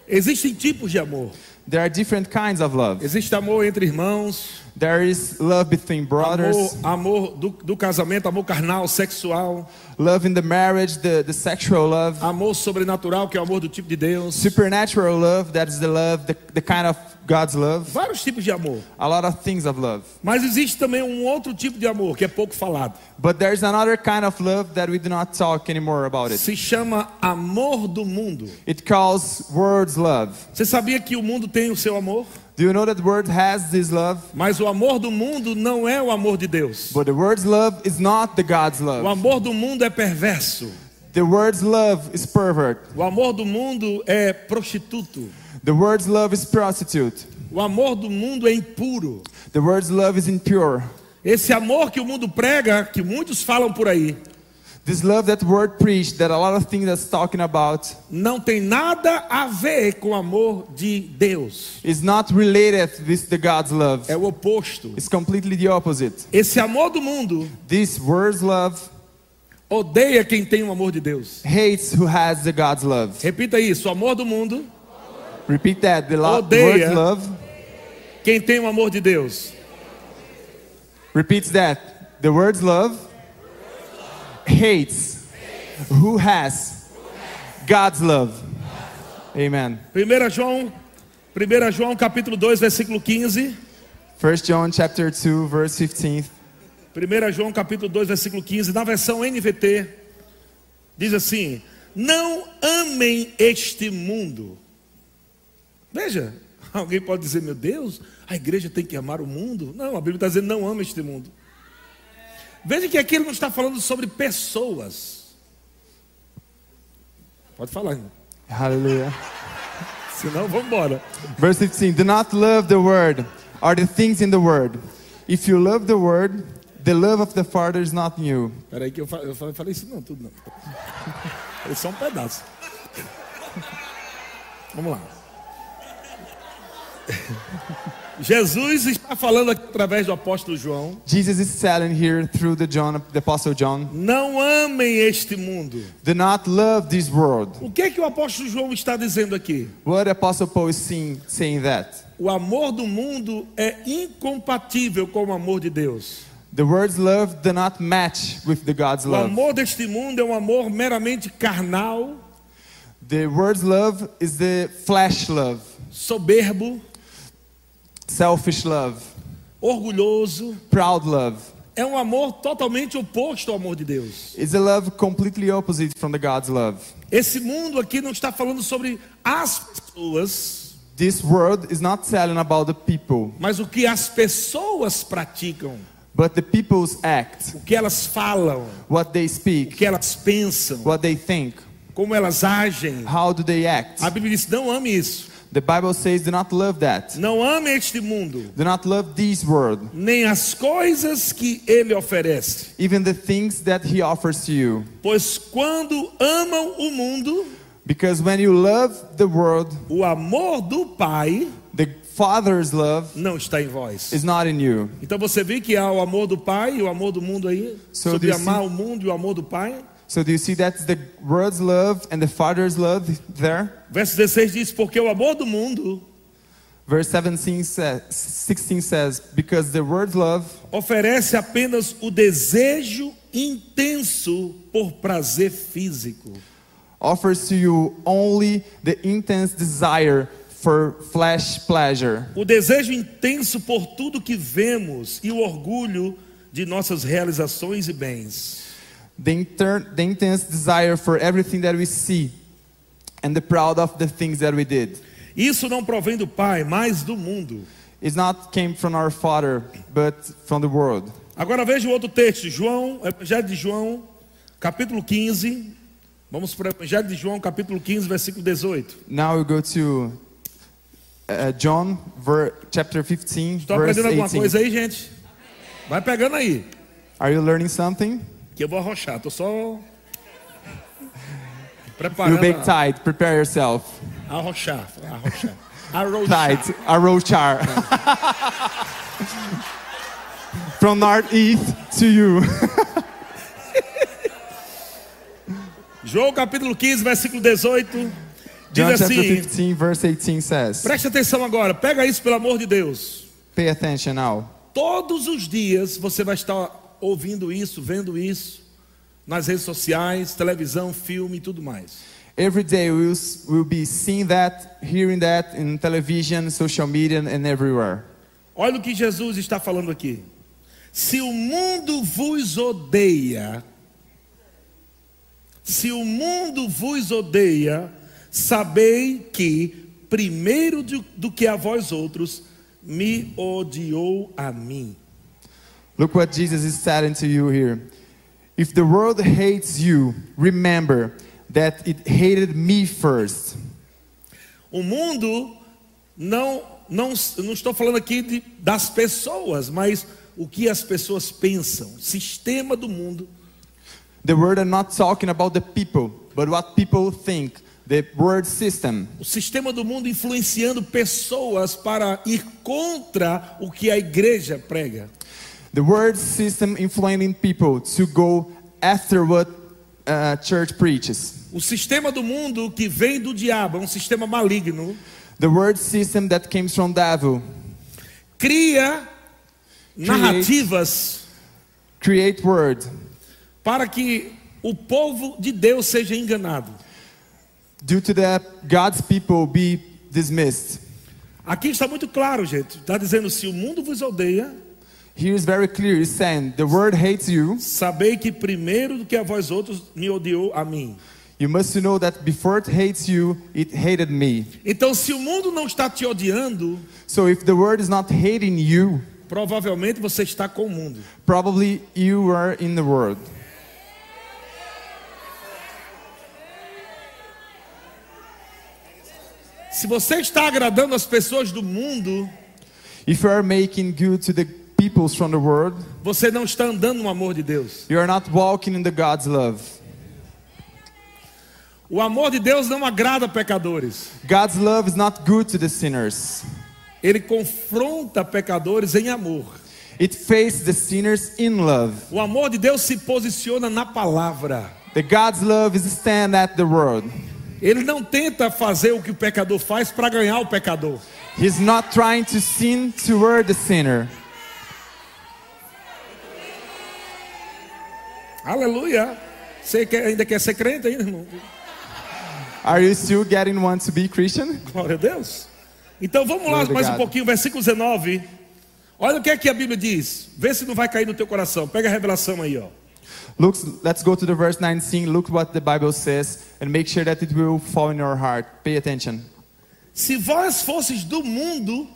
[SPEAKER 1] Existem tipos de amor.
[SPEAKER 2] There are different kinds of love.
[SPEAKER 1] Existe amor entre irmãos,
[SPEAKER 2] There is love between brothers,
[SPEAKER 1] amor, amor do, do casamento, amor carnal, sexual,
[SPEAKER 2] love in the marriage, the, the sexual love,
[SPEAKER 1] amor sobrenatural, que é o amor do tipo de Deus.
[SPEAKER 2] supernatural love, that is the love, the, the kind of God's love.
[SPEAKER 1] Vários tipos de amor.
[SPEAKER 2] A lot of things of love.
[SPEAKER 1] Mas existe também um outro tipo de amor que é pouco falado.
[SPEAKER 2] But there's another kind of love that we do not talk anymore about it.
[SPEAKER 1] Se chama amor do mundo.
[SPEAKER 2] It calls words love.
[SPEAKER 1] Você sabia que o mundo tem o seu amor?
[SPEAKER 2] Do you know that word has this love?
[SPEAKER 1] Mas o amor do mundo não é o amor de Deus.
[SPEAKER 2] But the word's love is not the God's love.
[SPEAKER 1] O amor do mundo é perverso.
[SPEAKER 2] The word's love is pervert.
[SPEAKER 1] O amor do mundo é prostituto.
[SPEAKER 2] The word's love is prostitute.
[SPEAKER 1] O amor do mundo é impuro.
[SPEAKER 2] The word's love is impure.
[SPEAKER 1] Esse amor que o mundo prega, que muitos falam por aí,
[SPEAKER 2] This love that word preached, that a lot of things that's talking about,
[SPEAKER 1] não tem nada a ver com o amor de Deus.
[SPEAKER 2] is not related with the God's love.
[SPEAKER 1] É o oposto.
[SPEAKER 2] It's completely the opposite.
[SPEAKER 1] Esse amor do mundo
[SPEAKER 2] This word's love
[SPEAKER 1] odeia quem tem o amor de Deus.
[SPEAKER 2] hates who has the God's love.
[SPEAKER 1] Repita isso: o amor do mundo,
[SPEAKER 2] Repeat that. The lo-
[SPEAKER 1] Odeia.
[SPEAKER 2] word's love
[SPEAKER 1] quem tem o amor de Deus.
[SPEAKER 2] repeats that. The word's love hates who has God's love. Amen.
[SPEAKER 1] 1 João, 1 João capítulo 2, versículo 15.
[SPEAKER 2] 1 John chapter 2 verse 15
[SPEAKER 1] 1 João capítulo 2, versículo 15, na versão NVT, diz assim: Não amem este mundo. Veja, alguém pode dizer, meu Deus, a igreja tem que amar o mundo? Não, a Bíblia está dizendo, não ama este mundo. Veja que aqui ele não está falando sobre pessoas. Pode falar, irmão.
[SPEAKER 2] Hallelujah.
[SPEAKER 1] senão vamos embora.
[SPEAKER 2] Verse 15 Do not love the word or the things in the word. If you love the word, the love of the Father is not in you.
[SPEAKER 1] Peraí que eu fa- eu fa- falei isso não, tudo não. É só um pedaço. Vamos lá. Jesus está falando aqui através do apóstolo João.
[SPEAKER 2] Jesus is telling here through the John the apostle John,
[SPEAKER 1] Não amem este mundo.
[SPEAKER 2] do not love this world.
[SPEAKER 1] O que é que o apóstolo João está dizendo aqui?
[SPEAKER 2] What apostle Paul is seeing, saying that?
[SPEAKER 1] O amor do mundo é incompatível com o amor de Deus.
[SPEAKER 2] The words love do not match with the God's
[SPEAKER 1] O
[SPEAKER 2] love.
[SPEAKER 1] amor deste mundo é um amor meramente carnal,
[SPEAKER 2] The words love is the flesh love,
[SPEAKER 1] soberbo,
[SPEAKER 2] selfish love,
[SPEAKER 1] orgulhoso.
[SPEAKER 2] proud love.
[SPEAKER 1] É um amor totalmente oposto ao amor de Deus.
[SPEAKER 2] It's a love completely opposite from the God's love.
[SPEAKER 1] Esse mundo aqui não está falando sobre as pessoas,
[SPEAKER 2] This world is not telling about the people,
[SPEAKER 1] mas o que as pessoas praticam,
[SPEAKER 2] but the people's act,
[SPEAKER 1] o que elas falam,
[SPEAKER 2] what they
[SPEAKER 1] o
[SPEAKER 2] speak,
[SPEAKER 1] que elas pensam,
[SPEAKER 2] what they think,
[SPEAKER 1] como elas agem.
[SPEAKER 2] how do they act.
[SPEAKER 1] A Bíblia diz: não ame isso.
[SPEAKER 2] The Bible says, do not love that.
[SPEAKER 1] Não ame este mundo,
[SPEAKER 2] Do not love this world,
[SPEAKER 1] nem as coisas que ele oferece.
[SPEAKER 2] even the things that he offers to you.
[SPEAKER 1] Pois quando amam o mundo,
[SPEAKER 2] Because when you love the world,
[SPEAKER 1] o amor do Pai
[SPEAKER 2] the Father's love
[SPEAKER 1] não está em vós.
[SPEAKER 2] is not in you.
[SPEAKER 1] Então você vê que há o amor do Pai e o amor do mundo aí,
[SPEAKER 2] So
[SPEAKER 1] sobre
[SPEAKER 2] do you
[SPEAKER 1] amar
[SPEAKER 2] see-
[SPEAKER 1] o mundo e o amor do Pai.
[SPEAKER 2] So do you see that's the world's love and the Father's love there?
[SPEAKER 1] Verso 16 diz: Porque o amor do mundo
[SPEAKER 2] Verse 17 says, 16 says, because the world's love
[SPEAKER 1] oferece apenas o desejo intenso por prazer físico.
[SPEAKER 2] offers to you only the intense desire for flesh pleasure,
[SPEAKER 1] O desejo intenso por tudo que vemos e o orgulho de nossas realizações e bens.
[SPEAKER 2] the, inter- the intense desire for everything that we see, and the proud of the things that we did.
[SPEAKER 1] Isso não provém do Pai, mas do mundo.
[SPEAKER 2] It's not came from our Father, but from the world.
[SPEAKER 1] Agora veja o outro texto, João, Evangelho de João, capítulo 15. Vamos para o Evangelho de João, capítulo 15, versículo 18.
[SPEAKER 2] Now we go to uh, John ver- chapter 15,
[SPEAKER 1] Estão
[SPEAKER 2] verse
[SPEAKER 1] aprendendo alguma
[SPEAKER 2] 18.
[SPEAKER 1] coisa aí, gente? Vai pegando aí,
[SPEAKER 2] Are you learning something?
[SPEAKER 1] que eu vou arrochar. Tô só
[SPEAKER 2] You
[SPEAKER 1] preparando
[SPEAKER 2] bake
[SPEAKER 1] a
[SPEAKER 2] tight, prepare yourself.
[SPEAKER 1] arrochar, arrochar. Arrochar.
[SPEAKER 2] Tight, a roll char. From northeast to you.
[SPEAKER 1] João capítulo 15, versículo 18. Diz
[SPEAKER 2] John chapter
[SPEAKER 1] assim:
[SPEAKER 2] 15, verse 18 says,
[SPEAKER 1] Preste atenção agora, pega isso pelo amor de Deus.
[SPEAKER 2] Pay attention now.
[SPEAKER 1] Todos os dias você vai estar ouvindo isso, vendo isso nas redes sociais, televisão, filme e tudo mais.
[SPEAKER 2] Every day we'll, s- we'll be seeing that, hearing that in television, social media, and everywhere.
[SPEAKER 1] Olha o que Jesus está falando aqui. Se o mundo vos odeia, se o mundo vos odeia, sabei que primeiro do, do que a vós outros me odiou a mim.
[SPEAKER 2] Look what Jesus is saying to you here. If the world hates you, remember that it hated me first.
[SPEAKER 1] O mundo não não não estou falando aqui de- das pessoas, mas o que as pessoas pensam, o sistema do mundo.
[SPEAKER 2] The word I'm not talking about the people, but what people think, the word system.
[SPEAKER 1] O sistema do mundo influenciando pessoas para ir contra o que a igreja prega.
[SPEAKER 2] The word system inflaming people to go after what uh, church preaches.
[SPEAKER 1] O sistema do mundo que vem do diabo, é um sistema maligno,
[SPEAKER 2] The word system that comes from devil
[SPEAKER 1] cria narrativas
[SPEAKER 2] create word
[SPEAKER 1] para que o povo de Deus seja enganado.
[SPEAKER 2] due to that God's people be dismissed.
[SPEAKER 1] Aqui está muito claro, gente. Está dizendo: se o mundo vos odeia,
[SPEAKER 2] Here is very clear. It's saying the word hates you.
[SPEAKER 1] sabei que primeiro do que a vós outros me odiou a mim.
[SPEAKER 2] You must know that before it hates you, it hated me.
[SPEAKER 1] Então, se o mundo não está te odiando,
[SPEAKER 2] So if the word is not hating you,
[SPEAKER 1] provavelmente você está com o mundo.
[SPEAKER 2] probably you were in the world.
[SPEAKER 1] Se você está agradando as pessoas do mundo,
[SPEAKER 2] If you are making good to the peoples from the world,
[SPEAKER 1] você não está andando no amor de Deus.
[SPEAKER 2] you are not walking in the God's love.
[SPEAKER 1] O amor de Deus não agrada pecadores.
[SPEAKER 2] God's love is not good to the sinners.
[SPEAKER 1] Ele confronta pecadores em amor.
[SPEAKER 2] It faces the sinners in love.
[SPEAKER 1] O amor de Deus se posiciona na palavra.
[SPEAKER 2] The God's love is stand at the world.
[SPEAKER 1] Ele não tenta fazer o que o pecador faz para ganhar o pecador.
[SPEAKER 2] He's not trying to sin toward the sinner.
[SPEAKER 1] Aleluia. Você quer- ainda quer ser crente ainda, irmão?
[SPEAKER 2] Are you still getting one to be Christian?
[SPEAKER 1] Glória a Deus. Então vamos lá
[SPEAKER 2] Glória a
[SPEAKER 1] mais um
[SPEAKER 2] God.
[SPEAKER 1] pouquinho, versículo 19. Olha o que é que a Bíblia diz. Vê se não vai cair no teu coração. Pega a revelação aí, ó.
[SPEAKER 2] Look, let's go to the verse 19. Look what the Bible says and make sure that it will fall in your heart. Pay attention.
[SPEAKER 1] Se vós fosses do mundo,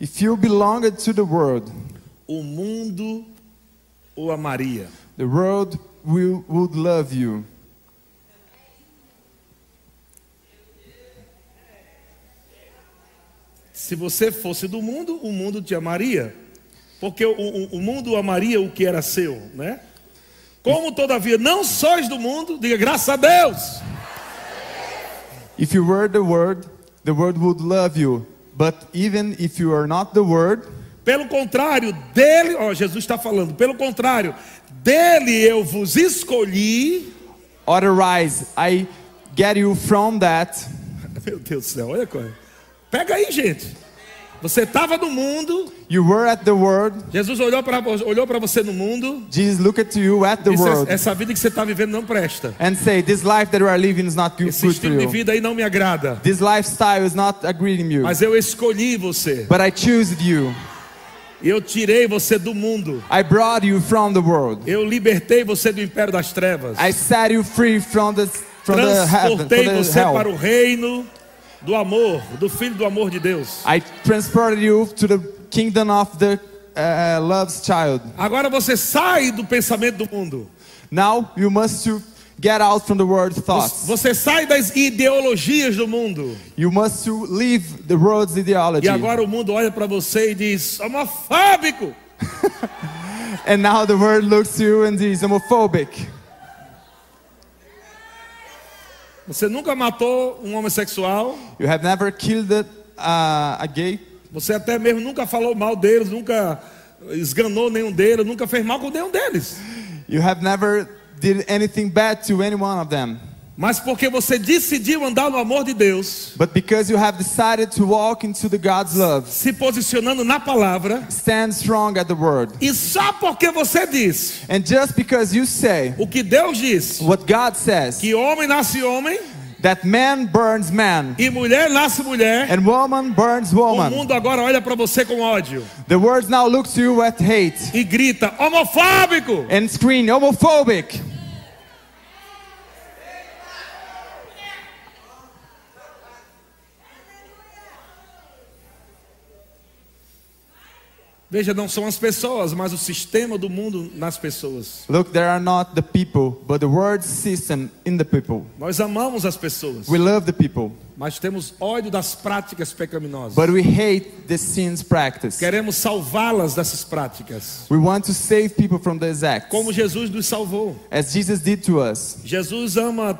[SPEAKER 2] If you belonged to the world,
[SPEAKER 1] o mundo o amaria.
[SPEAKER 2] the world will, would love you.
[SPEAKER 1] Se você fosse do mundo, o mundo te amaria. Porque o, o, o mundo amaria o que era seu, né? Como todavia não sois do mundo, diga graças a Deus.
[SPEAKER 2] If you were the world, the world would love you. But even if you are not the world,
[SPEAKER 1] Pelo contrário, dele, ó, Jesus está falando, pelo contrário, dele eu vos escolhi.
[SPEAKER 2] otherwise I get you from that.
[SPEAKER 1] Meu Deus do céu, olha a coisa. Pega aí, gente. Você estava no mundo,
[SPEAKER 2] You were at the world.
[SPEAKER 1] Jesus olhou para olhou pra você no mundo,
[SPEAKER 2] Jesus looked to you at the
[SPEAKER 1] disse,
[SPEAKER 2] world
[SPEAKER 1] é essa vida que você está vivendo não presta.
[SPEAKER 2] and say, "This life that we are living is not good
[SPEAKER 1] Esse
[SPEAKER 2] for
[SPEAKER 1] estilo de
[SPEAKER 2] you.
[SPEAKER 1] vida aí não me agrada.
[SPEAKER 2] This lifestyle is not agreeing you."
[SPEAKER 1] Mas eu escolhi você.
[SPEAKER 2] But I chose you.
[SPEAKER 1] E Eu tirei você do mundo.
[SPEAKER 2] I brought you from the world.
[SPEAKER 1] Eu libertei você do império das trevas.
[SPEAKER 2] I set you free from the from the heaven, from
[SPEAKER 1] Transportei
[SPEAKER 2] the
[SPEAKER 1] você para
[SPEAKER 2] hell.
[SPEAKER 1] o reino do amor, do filho do amor de Deus.
[SPEAKER 2] I transported you to the kingdom of the uh, love's child.
[SPEAKER 1] Agora você sai do pensamento do mundo.
[SPEAKER 2] Now you must to get out from the world thoughts.
[SPEAKER 1] Você sai das ideologias do mundo.
[SPEAKER 2] You must to leave the world's ideology.
[SPEAKER 1] E agora o mundo olha para você e diz: homofóbico.
[SPEAKER 2] And now the world looks to you and is homophobic.
[SPEAKER 1] Você nunca matou um homossexual.
[SPEAKER 2] You have never killed a, uh, a gay.
[SPEAKER 1] Você até mesmo nunca falou mal deles, nunca esganou nenhum deles, nunca fez mal com nenhum deles.
[SPEAKER 2] You have never did anything bad to any one of them.
[SPEAKER 1] Mas porque você decidiu andar no amor de Deus,
[SPEAKER 2] But because you have decided to walk into the God's love,
[SPEAKER 1] se posicionando na palavra,
[SPEAKER 2] stand strong at the word.
[SPEAKER 1] e só porque você diz
[SPEAKER 2] And just because you say
[SPEAKER 1] o que Deus diz,
[SPEAKER 2] what God says,
[SPEAKER 1] que homem nasce homem
[SPEAKER 2] that man burns man
[SPEAKER 1] e mulher nasce mulher,
[SPEAKER 2] and woman burns
[SPEAKER 1] o
[SPEAKER 2] woman,
[SPEAKER 1] mundo agora olha para você com ódio
[SPEAKER 2] the world now looks to you with hate
[SPEAKER 1] e grita: homofóbico!
[SPEAKER 2] and scream homophobic.
[SPEAKER 1] Veja, não são as pessoas, mas o sistema do mundo nas pessoas.
[SPEAKER 2] Look, there are not the people, but the word system in the people.
[SPEAKER 1] Nós amamos as pessoas,
[SPEAKER 2] We love the people,
[SPEAKER 1] mas temos ódio das práticas pecaminosas.
[SPEAKER 2] but we hate the sins practice.
[SPEAKER 1] Queremos salvá-las dessas práticas,
[SPEAKER 2] We want to save people from these acts,
[SPEAKER 1] como Jesus nos salvou.
[SPEAKER 2] as Jesus did to us.
[SPEAKER 1] Jesus ama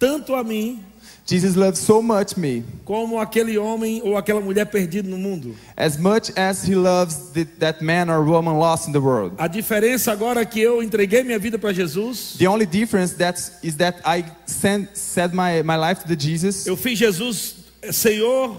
[SPEAKER 1] tanto a mim
[SPEAKER 2] Jesus loved so much me,
[SPEAKER 1] como aquele homem ou aquela mulher perdido no mundo.
[SPEAKER 2] as much as he loves the, that man or woman lost in the world.
[SPEAKER 1] A diferença agora é que eu entreguei minha vida para Jesus,
[SPEAKER 2] The only difference that's, is that I sent, set my, my life to the Jesus.
[SPEAKER 1] Eu fiz Jesus eh, Senhor,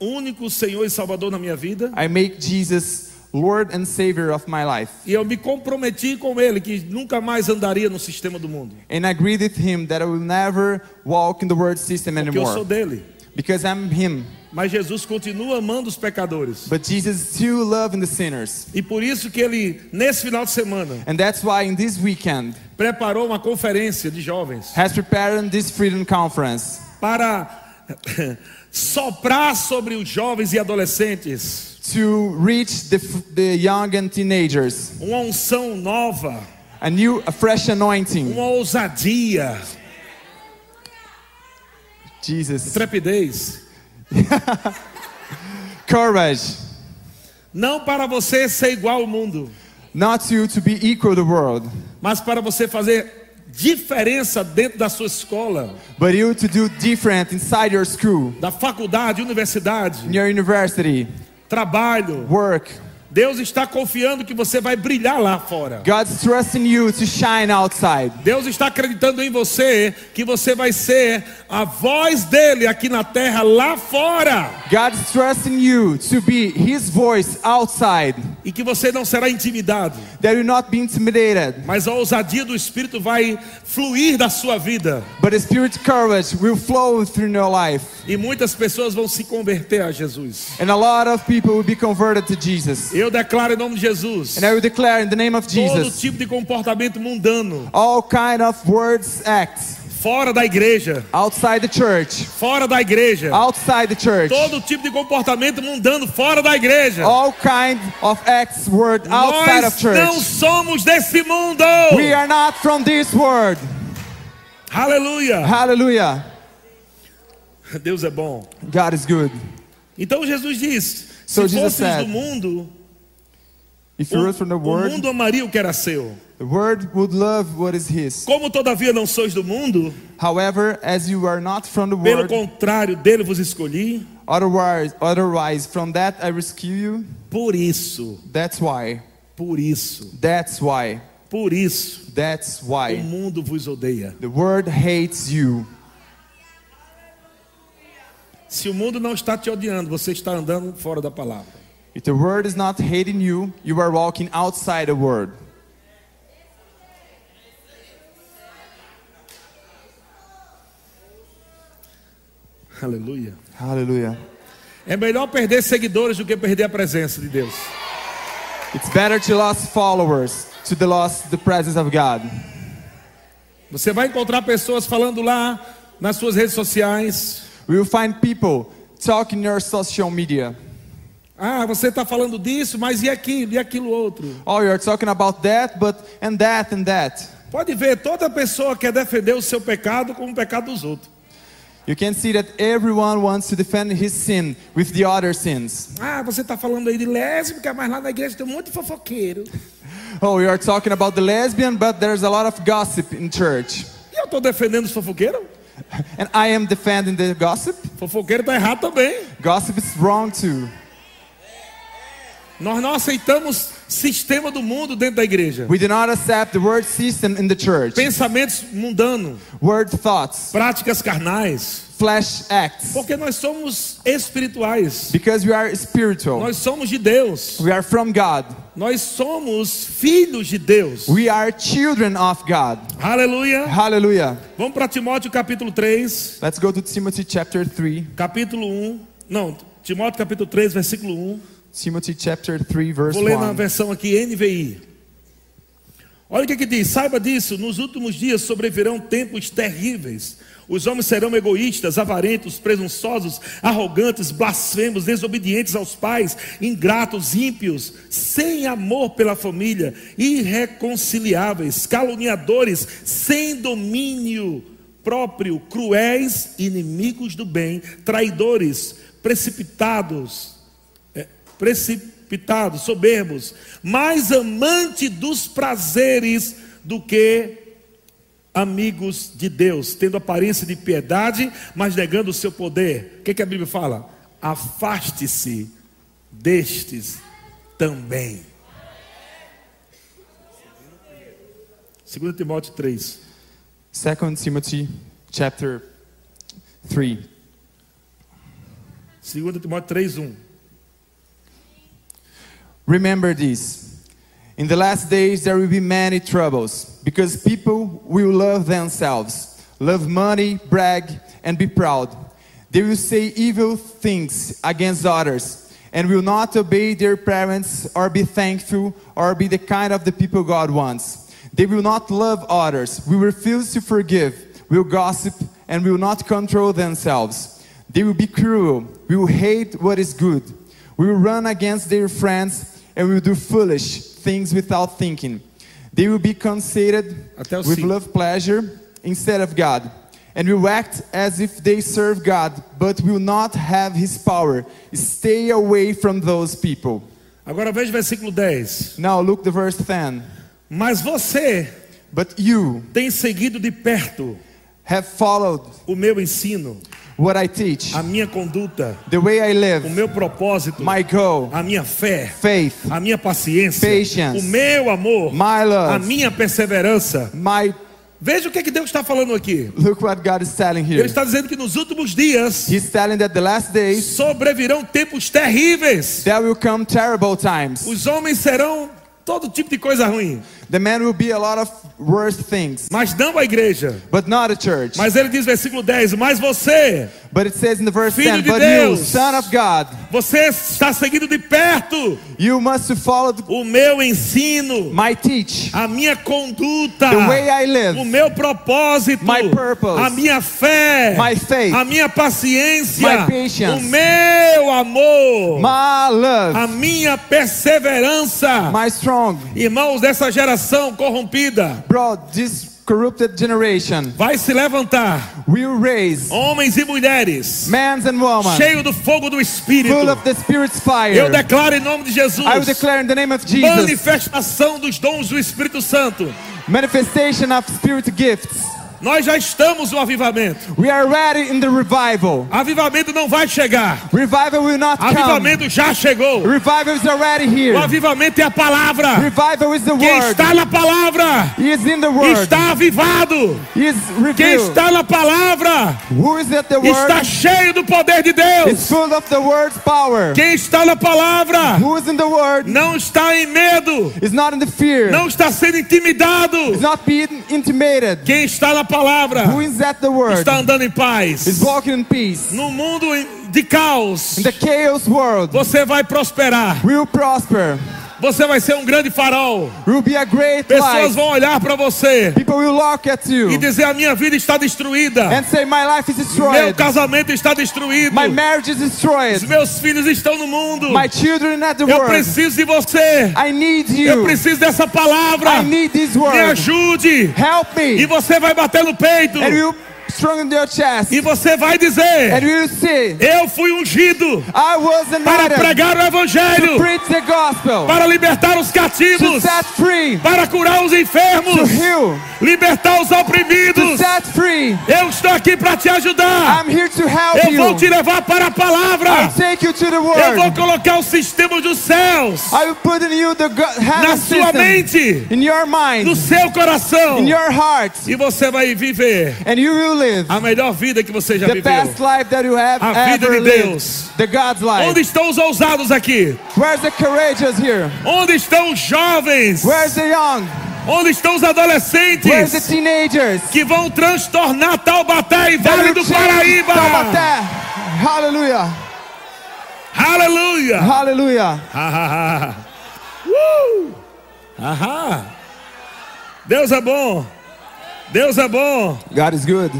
[SPEAKER 1] único Senhor e Salvador na minha vida.
[SPEAKER 2] I make Jesus Lord and Savior of my life.
[SPEAKER 1] E eu me comprometi com Ele que nunca mais andaria no sistema do mundo.
[SPEAKER 2] And I agreed with him that I will never walk in the world system
[SPEAKER 1] Porque eu sou
[SPEAKER 2] anymore
[SPEAKER 1] dele.
[SPEAKER 2] because I'm him.
[SPEAKER 1] Mas Jesus continua amando os pecadores.
[SPEAKER 2] But Jesus still loving the sinners.
[SPEAKER 1] E por isso que ele, nesse final de semana,
[SPEAKER 2] And that's why in this weekend
[SPEAKER 1] preparou uma conferência de jovens
[SPEAKER 2] has prepared this freedom conference
[SPEAKER 1] para soprar sobre os jovens e adolescentes
[SPEAKER 2] to reach the, f- the young and teenagers
[SPEAKER 1] uma unção nova,
[SPEAKER 2] a new a fresh anointing
[SPEAKER 1] uma ousadia,
[SPEAKER 2] jesus
[SPEAKER 1] trepidez.
[SPEAKER 2] courage
[SPEAKER 1] Não para você ser igual ao mundo.
[SPEAKER 2] not to to be equal to the world
[SPEAKER 1] mas para você fazer diferença dentro da sua escola,
[SPEAKER 2] but you to do different inside your school
[SPEAKER 1] da faculdade, universidade,
[SPEAKER 2] in your university
[SPEAKER 1] trabalho.
[SPEAKER 2] work
[SPEAKER 1] Deus está confiando que você vai brilhar lá fora.
[SPEAKER 2] god's trusting you to shine outside
[SPEAKER 1] Deus está acreditando em você que você vai ser a voz dele aqui na terra lá fora
[SPEAKER 2] god's trusting you to be his voice outside
[SPEAKER 1] e que você não será intimidado,
[SPEAKER 2] that you not be intimidated
[SPEAKER 1] mas a ousadia do espírito vai fluir da sua vida
[SPEAKER 2] but the spirit courage will flow through your life
[SPEAKER 1] e muitas pessoas vão se converter a Jesus.
[SPEAKER 2] and a lot of people will be converted to jesus
[SPEAKER 1] Eu declaro em nome de Jesus
[SPEAKER 2] and i will declare in the name of
[SPEAKER 1] todo
[SPEAKER 2] jesus
[SPEAKER 1] tipo de comportamento mundano
[SPEAKER 2] all kind of words acts
[SPEAKER 1] fora da igreja,
[SPEAKER 2] outside the church
[SPEAKER 1] fora da igreja.
[SPEAKER 2] outside the church
[SPEAKER 1] Todo tipo de comportamento mundano fora da igreja.
[SPEAKER 2] all kind of acts word outside of
[SPEAKER 1] Nós não
[SPEAKER 2] church
[SPEAKER 1] somos desse mundo.
[SPEAKER 2] we
[SPEAKER 1] Oh.
[SPEAKER 2] are not from this world
[SPEAKER 1] Aleluia.
[SPEAKER 2] hallelujah
[SPEAKER 1] Deus é bom.
[SPEAKER 2] god is good
[SPEAKER 1] Então Jesus diz:
[SPEAKER 2] So
[SPEAKER 1] se
[SPEAKER 2] Jesus
[SPEAKER 1] fosses
[SPEAKER 2] said,
[SPEAKER 1] do mundo,
[SPEAKER 2] If you were from
[SPEAKER 1] o,
[SPEAKER 2] the
[SPEAKER 1] o
[SPEAKER 2] world,
[SPEAKER 1] mundo amaria o que era seu.
[SPEAKER 2] the world would love what is his.
[SPEAKER 1] Como todavia não sois do mundo,
[SPEAKER 2] However, as you are not from the
[SPEAKER 1] pelo
[SPEAKER 2] world,
[SPEAKER 1] contrário dele vos escolhi,
[SPEAKER 2] otherwise, otherwise from that I rescue you.
[SPEAKER 1] por isso,
[SPEAKER 2] That's why.
[SPEAKER 1] por isso,
[SPEAKER 2] That's why.
[SPEAKER 1] por isso
[SPEAKER 2] That's
[SPEAKER 1] o
[SPEAKER 2] why.
[SPEAKER 1] mundo vos odeia.
[SPEAKER 2] The world hates you.
[SPEAKER 1] Se o mundo não está te odiando, você está andando fora da palavra.
[SPEAKER 2] If the world is not hating you, you are walking outside the world.
[SPEAKER 1] Aleluia.
[SPEAKER 2] Hallelujah.
[SPEAKER 1] É melhor perder seguidores do que perder a presença de Deus.
[SPEAKER 2] It's better to lose followers to the lost the presence of God.
[SPEAKER 1] Você vai encontrar pessoas falando lá nas suas redes sociais.
[SPEAKER 2] We will find people talking your social media.
[SPEAKER 1] Ah, você está falando disso, mas e aquilo, e aquilo outro?
[SPEAKER 2] Oh, you're talking about that, but and that and that.
[SPEAKER 1] Pode ver, toda pessoa quer defender o seu pecado com o pecado dos outros.
[SPEAKER 2] You can see that everyone wants to defend his sin with the other sins.
[SPEAKER 1] Ah, você está falando aí de lésbica, mas lá na igreja tem um monte de fofoqueiro.
[SPEAKER 2] Oh, you're talking about the lesbian, but there's a lot of gossip in church.
[SPEAKER 1] E eu estou defendendo os fofoqueiros?
[SPEAKER 2] And I am defending the gossip.
[SPEAKER 1] Fofoqueiro está errado também.
[SPEAKER 2] Gossip is wrong too.
[SPEAKER 1] Nós não aceitamos sistema do mundo dentro da igreja.
[SPEAKER 2] We do not accept the word system in the church.
[SPEAKER 1] Pensamentos mundanos,
[SPEAKER 2] Word thoughts,
[SPEAKER 1] práticas carnais.
[SPEAKER 2] flesh acts.
[SPEAKER 1] Porque nós somos espirituais.
[SPEAKER 2] Because we are spiritual.
[SPEAKER 1] Nós somos de Deus.
[SPEAKER 2] We are from God.
[SPEAKER 1] Nós somos filhos de Deus.
[SPEAKER 2] We are children of God.
[SPEAKER 1] Aleluia.
[SPEAKER 2] Hallelujah.
[SPEAKER 1] Vamos para Timóteo capítulo 3,
[SPEAKER 2] Let's go to Timothy chapter 3.
[SPEAKER 1] capítulo 1. Não, Timóteo capítulo 3, versículo 1.
[SPEAKER 2] Timothy chapter 3 verse
[SPEAKER 1] Vou ler na
[SPEAKER 2] 1.
[SPEAKER 1] versão aqui NVI. Olha o que, que diz: saiba disso, nos últimos dias sobrevirão tempos terríveis. Os homens serão egoístas, avarentos, presunçosos, arrogantes, blasfemos, desobedientes aos pais, ingratos, ímpios, sem amor pela família, irreconciliáveis, caluniadores, sem domínio próprio, cruéis, inimigos do bem, traidores, precipitados, precipitados, soberbos, mais amante dos prazeres do que amigos de Deus, tendo aparência de piedade, mas negando o seu poder. O que, que a Bíblia fala? Afaste-se destes também. 2 Timóteo 3.
[SPEAKER 2] 2 Timothy chapter 3.
[SPEAKER 1] 2 Timóteo um. 3, 1.
[SPEAKER 2] Remember this. In the last days there will be many troubles, because people will love themselves, love money, brag, and be proud. They will say evil things against others, and will not obey their parents, or be thankful, or be the kind of the people God wants. They will not love others, will refuse to forgive, will gossip, and will not control themselves. They will be cruel, will hate what is good will run against their friends and will do foolish things without thinking. They will be conceited
[SPEAKER 1] Até o
[SPEAKER 2] with
[SPEAKER 1] cinco.
[SPEAKER 2] love pleasure instead of God and will act as if they serve God but will not have his power. Stay away from those people.
[SPEAKER 1] Agora veja o versículo 10.
[SPEAKER 2] Now look the verse 10.
[SPEAKER 1] Mas você
[SPEAKER 2] But you
[SPEAKER 1] tem seguido de perto
[SPEAKER 2] have followed
[SPEAKER 1] o meu ensino,
[SPEAKER 2] what I teach,
[SPEAKER 1] a minha conduta,
[SPEAKER 2] the way I
[SPEAKER 1] o
[SPEAKER 2] live,
[SPEAKER 1] meu propósito,
[SPEAKER 2] my goal,
[SPEAKER 1] a minha fé,
[SPEAKER 2] faith,
[SPEAKER 1] a minha paciência,
[SPEAKER 2] Patience.
[SPEAKER 1] o meu amor,
[SPEAKER 2] my
[SPEAKER 1] a
[SPEAKER 2] love,
[SPEAKER 1] minha perseverança.
[SPEAKER 2] my
[SPEAKER 1] Veja o que, é que Deus está falando aqui.
[SPEAKER 2] look what God is telling
[SPEAKER 1] Ele
[SPEAKER 2] here.
[SPEAKER 1] está dizendo que nos últimos dias
[SPEAKER 2] He's telling that the last days
[SPEAKER 1] sobrevirão tempos terríveis.
[SPEAKER 2] There will come terrible times.
[SPEAKER 1] Os homens serão todo tipo de coisa ruim,
[SPEAKER 2] The man will be a lot of worse things,
[SPEAKER 1] mas não a igreja.
[SPEAKER 2] but not a church.
[SPEAKER 1] Mas ele diz, versículo 10: Mas você,
[SPEAKER 2] But it says in the verse
[SPEAKER 1] Filho
[SPEAKER 2] 10,
[SPEAKER 1] de
[SPEAKER 2] but you,
[SPEAKER 1] Deus."
[SPEAKER 2] son of God,
[SPEAKER 1] você está seguindo de perto
[SPEAKER 2] you must follow the-
[SPEAKER 1] o meu ensino,
[SPEAKER 2] my teach,
[SPEAKER 1] a minha conduta,
[SPEAKER 2] The way I live.
[SPEAKER 1] o meu propósito,
[SPEAKER 2] My purpose.
[SPEAKER 1] a minha fé,
[SPEAKER 2] My faith.
[SPEAKER 1] a minha paciência,
[SPEAKER 2] My patience.
[SPEAKER 1] o meu amor,
[SPEAKER 2] my love,
[SPEAKER 1] a minha perseverança.
[SPEAKER 2] my strong.
[SPEAKER 1] Irmãos dessa geração corrompida,
[SPEAKER 2] Bro, this corrupted generation
[SPEAKER 1] vai se levantar
[SPEAKER 2] will raise
[SPEAKER 1] homens e mulheres
[SPEAKER 2] men and women
[SPEAKER 1] cheios do fogo do Espírito.
[SPEAKER 2] full of the Spirit's
[SPEAKER 1] Eu
[SPEAKER 2] fire.
[SPEAKER 1] declaro em nome de Jesus
[SPEAKER 2] I will declare in the name of Jesus
[SPEAKER 1] manifestação dos dons do Espírito Santo.
[SPEAKER 2] manifestation of spirit gifts.
[SPEAKER 1] Nós já estamos no avivamento.
[SPEAKER 2] We are ready in the revival.
[SPEAKER 1] Avivamento não vai chegar.
[SPEAKER 2] Revival will not
[SPEAKER 1] Ah,
[SPEAKER 2] come.
[SPEAKER 1] Avivamento já chegou.
[SPEAKER 2] Revival is already
[SPEAKER 1] O
[SPEAKER 2] here.
[SPEAKER 1] avivamento é a palavra.
[SPEAKER 2] Revival is the
[SPEAKER 1] Quem
[SPEAKER 2] word.
[SPEAKER 1] está na palavra
[SPEAKER 2] He is in the word.
[SPEAKER 1] está avivado.
[SPEAKER 2] He is
[SPEAKER 1] Quem
[SPEAKER 2] revealed.
[SPEAKER 1] está na palavra
[SPEAKER 2] Who is at the
[SPEAKER 1] está
[SPEAKER 2] word?
[SPEAKER 1] cheio do poder de
[SPEAKER 2] Is
[SPEAKER 1] Deus.
[SPEAKER 2] full of the word's power.
[SPEAKER 1] Quem está na palavra
[SPEAKER 2] Who is in the word?
[SPEAKER 1] não está em medo,
[SPEAKER 2] Is not in the fear.
[SPEAKER 1] não está sendo intimidado.
[SPEAKER 2] Is not being intimidated.
[SPEAKER 1] Quem está na palavra
[SPEAKER 2] Who is at the word?
[SPEAKER 1] está andando em paz.
[SPEAKER 2] Is walking in peace.
[SPEAKER 1] No mundo de caos,
[SPEAKER 2] In the chaos world,
[SPEAKER 1] você vai prosperar.
[SPEAKER 2] we will prosper.
[SPEAKER 1] Você vai ser um grande farol.
[SPEAKER 2] We will be a great
[SPEAKER 1] Pessoas
[SPEAKER 2] light.
[SPEAKER 1] vão olhar para você
[SPEAKER 2] People will look at
[SPEAKER 1] e
[SPEAKER 2] you
[SPEAKER 1] dizer: a minha vida está destruída,
[SPEAKER 2] and say, My life is
[SPEAKER 1] meu
[SPEAKER 2] destroyed.
[SPEAKER 1] casamento está destruído,
[SPEAKER 2] É My marriage is
[SPEAKER 1] os
[SPEAKER 2] destroyed.
[SPEAKER 1] meus filhos estão no mundo.
[SPEAKER 2] My children at the
[SPEAKER 1] Eu
[SPEAKER 2] word.
[SPEAKER 1] preciso de você.
[SPEAKER 2] I need
[SPEAKER 1] Eu
[SPEAKER 2] you.
[SPEAKER 1] preciso dessa palavra.
[SPEAKER 2] I
[SPEAKER 1] Me
[SPEAKER 2] need this word.
[SPEAKER 1] ajude.
[SPEAKER 2] Help
[SPEAKER 1] E
[SPEAKER 2] me.
[SPEAKER 1] você vai bater no peito
[SPEAKER 2] And you strengthen your chest.
[SPEAKER 1] e você vai
[SPEAKER 2] And
[SPEAKER 1] dizer:
[SPEAKER 2] you see,
[SPEAKER 1] Eu fui ungido
[SPEAKER 2] I was
[SPEAKER 1] para
[SPEAKER 2] invited
[SPEAKER 1] pregar o
[SPEAKER 2] to
[SPEAKER 1] evangelho,
[SPEAKER 2] preach the gospel,
[SPEAKER 1] para libertar os
[SPEAKER 2] to
[SPEAKER 1] cativos,
[SPEAKER 2] set free,
[SPEAKER 1] para curar os
[SPEAKER 2] to
[SPEAKER 1] enfermos,
[SPEAKER 2] heal,
[SPEAKER 1] libertar os
[SPEAKER 2] to
[SPEAKER 1] oprimidos.
[SPEAKER 2] set free.
[SPEAKER 1] Eu estou aqui para te ajudar.
[SPEAKER 2] I'm here to help
[SPEAKER 1] Ah. Eu vou te
[SPEAKER 2] you.
[SPEAKER 1] levar para a palavra.
[SPEAKER 2] I'll take you to the
[SPEAKER 1] Eu vou
[SPEAKER 2] word.
[SPEAKER 1] colocar o sistema dos céus
[SPEAKER 2] I will put in you the go-
[SPEAKER 1] na
[SPEAKER 2] heaven
[SPEAKER 1] sua
[SPEAKER 2] system,
[SPEAKER 1] mente,
[SPEAKER 2] in your
[SPEAKER 1] no
[SPEAKER 2] mind,
[SPEAKER 1] seu coração.
[SPEAKER 2] in your heart,
[SPEAKER 1] E você vai viver
[SPEAKER 2] and you will live
[SPEAKER 1] a melhor vida que você já
[SPEAKER 2] the
[SPEAKER 1] viveu.
[SPEAKER 2] best life that you have
[SPEAKER 1] Ah, A vida
[SPEAKER 2] ever
[SPEAKER 1] de
[SPEAKER 2] lived.
[SPEAKER 1] Deus.
[SPEAKER 2] The God's
[SPEAKER 1] Onde
[SPEAKER 2] life.
[SPEAKER 1] estão os ousados aqui?
[SPEAKER 2] Where's the courageous here?
[SPEAKER 1] Onde estão os jovens?
[SPEAKER 2] Where's the young?
[SPEAKER 1] Onde estão os
[SPEAKER 2] Where's the
[SPEAKER 1] adolescentes
[SPEAKER 2] teenagers?
[SPEAKER 1] que vão transtornar Taubaté e Vale
[SPEAKER 2] That
[SPEAKER 1] do
[SPEAKER 2] will change
[SPEAKER 1] Paraíba?
[SPEAKER 2] Taubaté. Hallelujah.
[SPEAKER 1] Aleluia!
[SPEAKER 2] Hallelujah.
[SPEAKER 1] Ha, ha, ha, ha. Uh! Ahá. Deus é bom. Deus é bom.
[SPEAKER 2] God is good.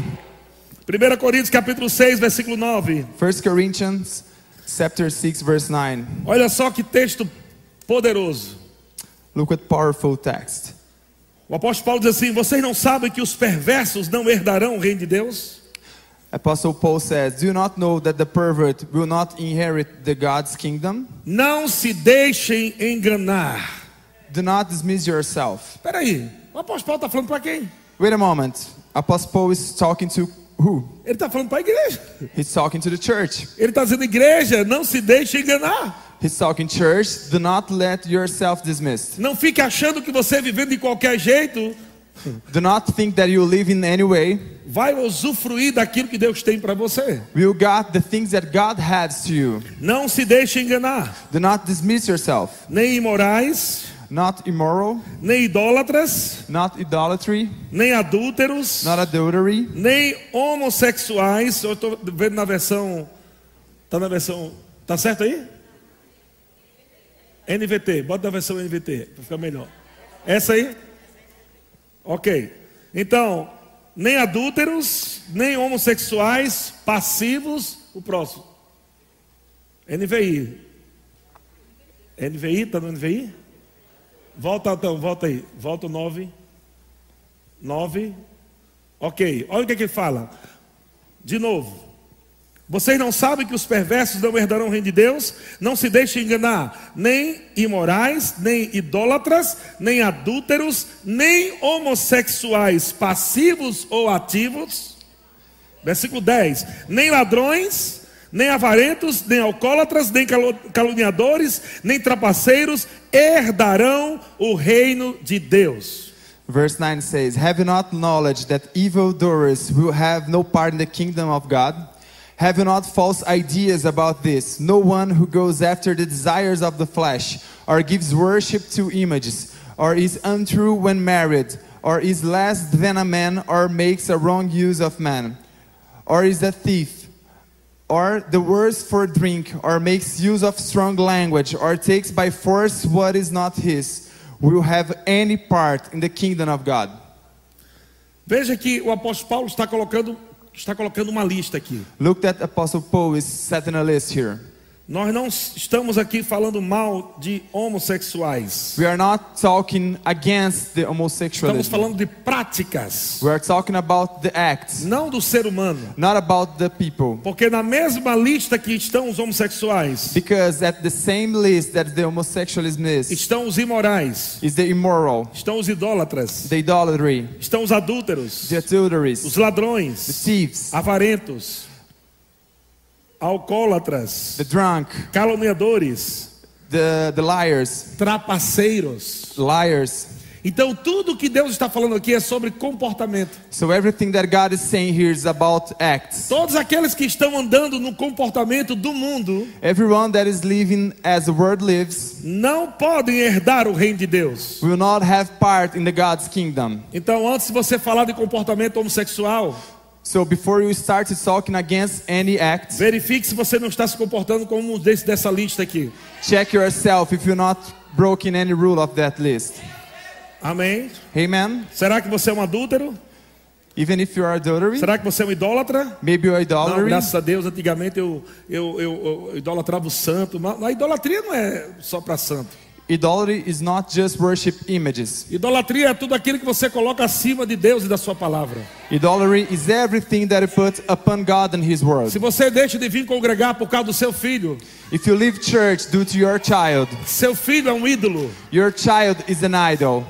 [SPEAKER 1] 1 Coríntios capítulo 6, versículo 9.
[SPEAKER 2] 1 Corinthians chapter 6 verse 9.
[SPEAKER 1] Olha só que texto poderoso.
[SPEAKER 2] Look at powerful text.
[SPEAKER 1] O apóstolo Paulo diz assim: Vocês não sabem que os perversos não herdarão o reino de Deus?
[SPEAKER 2] Apostle Paul says, "Do you not know that the pervert will not inherit the God's kingdom?
[SPEAKER 1] Não se deixem enganar.
[SPEAKER 2] Do not dismiss yourself."
[SPEAKER 1] Espera aí, o apóstolo Paulo está falando para quem?
[SPEAKER 2] Wait a moment. Apostle Paul is talking to who?
[SPEAKER 1] Ele está falando para a igreja.
[SPEAKER 2] He's talking to the church.
[SPEAKER 1] Ele está dizendo: Igreja, não se deixe enganar.
[SPEAKER 2] He's talking church. Do not let yourself dismissed.
[SPEAKER 1] Não fique achando que você vivendo de qualquer jeito
[SPEAKER 2] Do not think that you live in any way.
[SPEAKER 1] vai usufruir daquilo que Deus tem para você.
[SPEAKER 2] You got the things that God has to you.
[SPEAKER 1] Não se deixe enganar.
[SPEAKER 2] Do not dismiss yourself.
[SPEAKER 1] Nem imorais,
[SPEAKER 2] Not immoral,
[SPEAKER 1] nem idólatras,
[SPEAKER 2] not idolatry,
[SPEAKER 1] nem adúlteros,
[SPEAKER 2] not adultery,
[SPEAKER 1] nem homossexuais. Eu estou vendo na versão. Tá na versão. Tá certo aí? NVT, bota na versão NVT, para ficar melhor. Essa aí? Ok. Então, nem adúlteros, nem homossexuais, passivos. O próximo. NVI. NVI, tá no NVI? Volta então, volta aí. Volta o 9. 9. Ok, olha o que, é que ele fala. De novo. Vocês não sabem que os perversos não herdarão o reino de Deus? Não se deixem enganar, nem imorais, nem idólatras, nem adúlteros, nem homossexuais passivos ou ativos. Versículo 10: Nem ladrões, nem avarentos, nem alcoólatras, nem calo- caluniadores, nem trapaceiros herdarão o reino de Deus.
[SPEAKER 2] Verse 9 says, Have you not knowledge that evildoers will have no part in the kingdom of God? Have you not false ideas about this? No one who goes after the desires of the flesh, or gives worship to images, or is untrue when married, or is less than a man, or makes a wrong use of man, or is a thief, or the worse for drink, or makes use of strong language, or takes by force what is not his, will have any part in the kingdom of God.
[SPEAKER 1] Veja que o apóstolo Paulo está colocando, está colocando uma lista aqui.
[SPEAKER 2] Look that Apostle Paul is setting a list here.
[SPEAKER 1] Nós não estamos aqui falando mal de homossexuais.
[SPEAKER 2] We are not talking against the
[SPEAKER 1] Estamos
[SPEAKER 2] homosexuality.
[SPEAKER 1] falando de práticas,
[SPEAKER 2] We are talking about the acts,
[SPEAKER 1] não do ser humano.
[SPEAKER 2] not about the people.
[SPEAKER 1] Porque na mesma lista que estão os homossexuais,
[SPEAKER 2] Because at the same list that the homosexualism is,
[SPEAKER 1] estão os imorais,
[SPEAKER 2] is the immoral,
[SPEAKER 1] estão os idólatras,
[SPEAKER 2] the idolatry,
[SPEAKER 1] estão os adúlteros,
[SPEAKER 2] the adulteries,
[SPEAKER 1] os
[SPEAKER 2] the
[SPEAKER 1] ladrões,
[SPEAKER 2] thieves,
[SPEAKER 1] avarentos, alcoólatras,
[SPEAKER 2] the drunk,
[SPEAKER 1] caluniadores,
[SPEAKER 2] the, the liars,
[SPEAKER 1] trapaceiros.
[SPEAKER 2] liars.
[SPEAKER 1] Então tudo que Deus está falando aqui é sobre comportamento.
[SPEAKER 2] So everything that God is saying here is about acts.
[SPEAKER 1] Todos aqueles que estão andando no comportamento do mundo
[SPEAKER 2] Everyone that is living as the world lives
[SPEAKER 1] não podem herdar o reino de Deus.
[SPEAKER 2] will not have part in the God's kingdom.
[SPEAKER 1] Então, antes de você falar de comportamento homossexual,
[SPEAKER 2] So before you start talking against any act,
[SPEAKER 1] verifique se você não está se comportando como um desse, dessa lista aqui.
[SPEAKER 2] check yourself if you're not broken any rule of that list.
[SPEAKER 1] Amém?
[SPEAKER 2] Amen.
[SPEAKER 1] Será que você é um adúltero?
[SPEAKER 2] Even if you are adultery,
[SPEAKER 1] Será que você é um idólatra?
[SPEAKER 2] maybe you're
[SPEAKER 1] Não,
[SPEAKER 2] idolatry.
[SPEAKER 1] graças a Deus, antigamente eu, eu, eu, eu idolatrava o santo, mas a idolatria não é só para santo.
[SPEAKER 2] Idolatry is not just worship images.
[SPEAKER 1] Idolatria é tudo aquilo que você coloca acima de Deus e da sua palavra.
[SPEAKER 2] Idolatry is everything that you put upon God and His word.
[SPEAKER 1] Se você deixa de vir congregar por causa do seu filho,
[SPEAKER 2] If you leave church due to your child,
[SPEAKER 1] seu filho é um ídolo.
[SPEAKER 2] your child is an idol.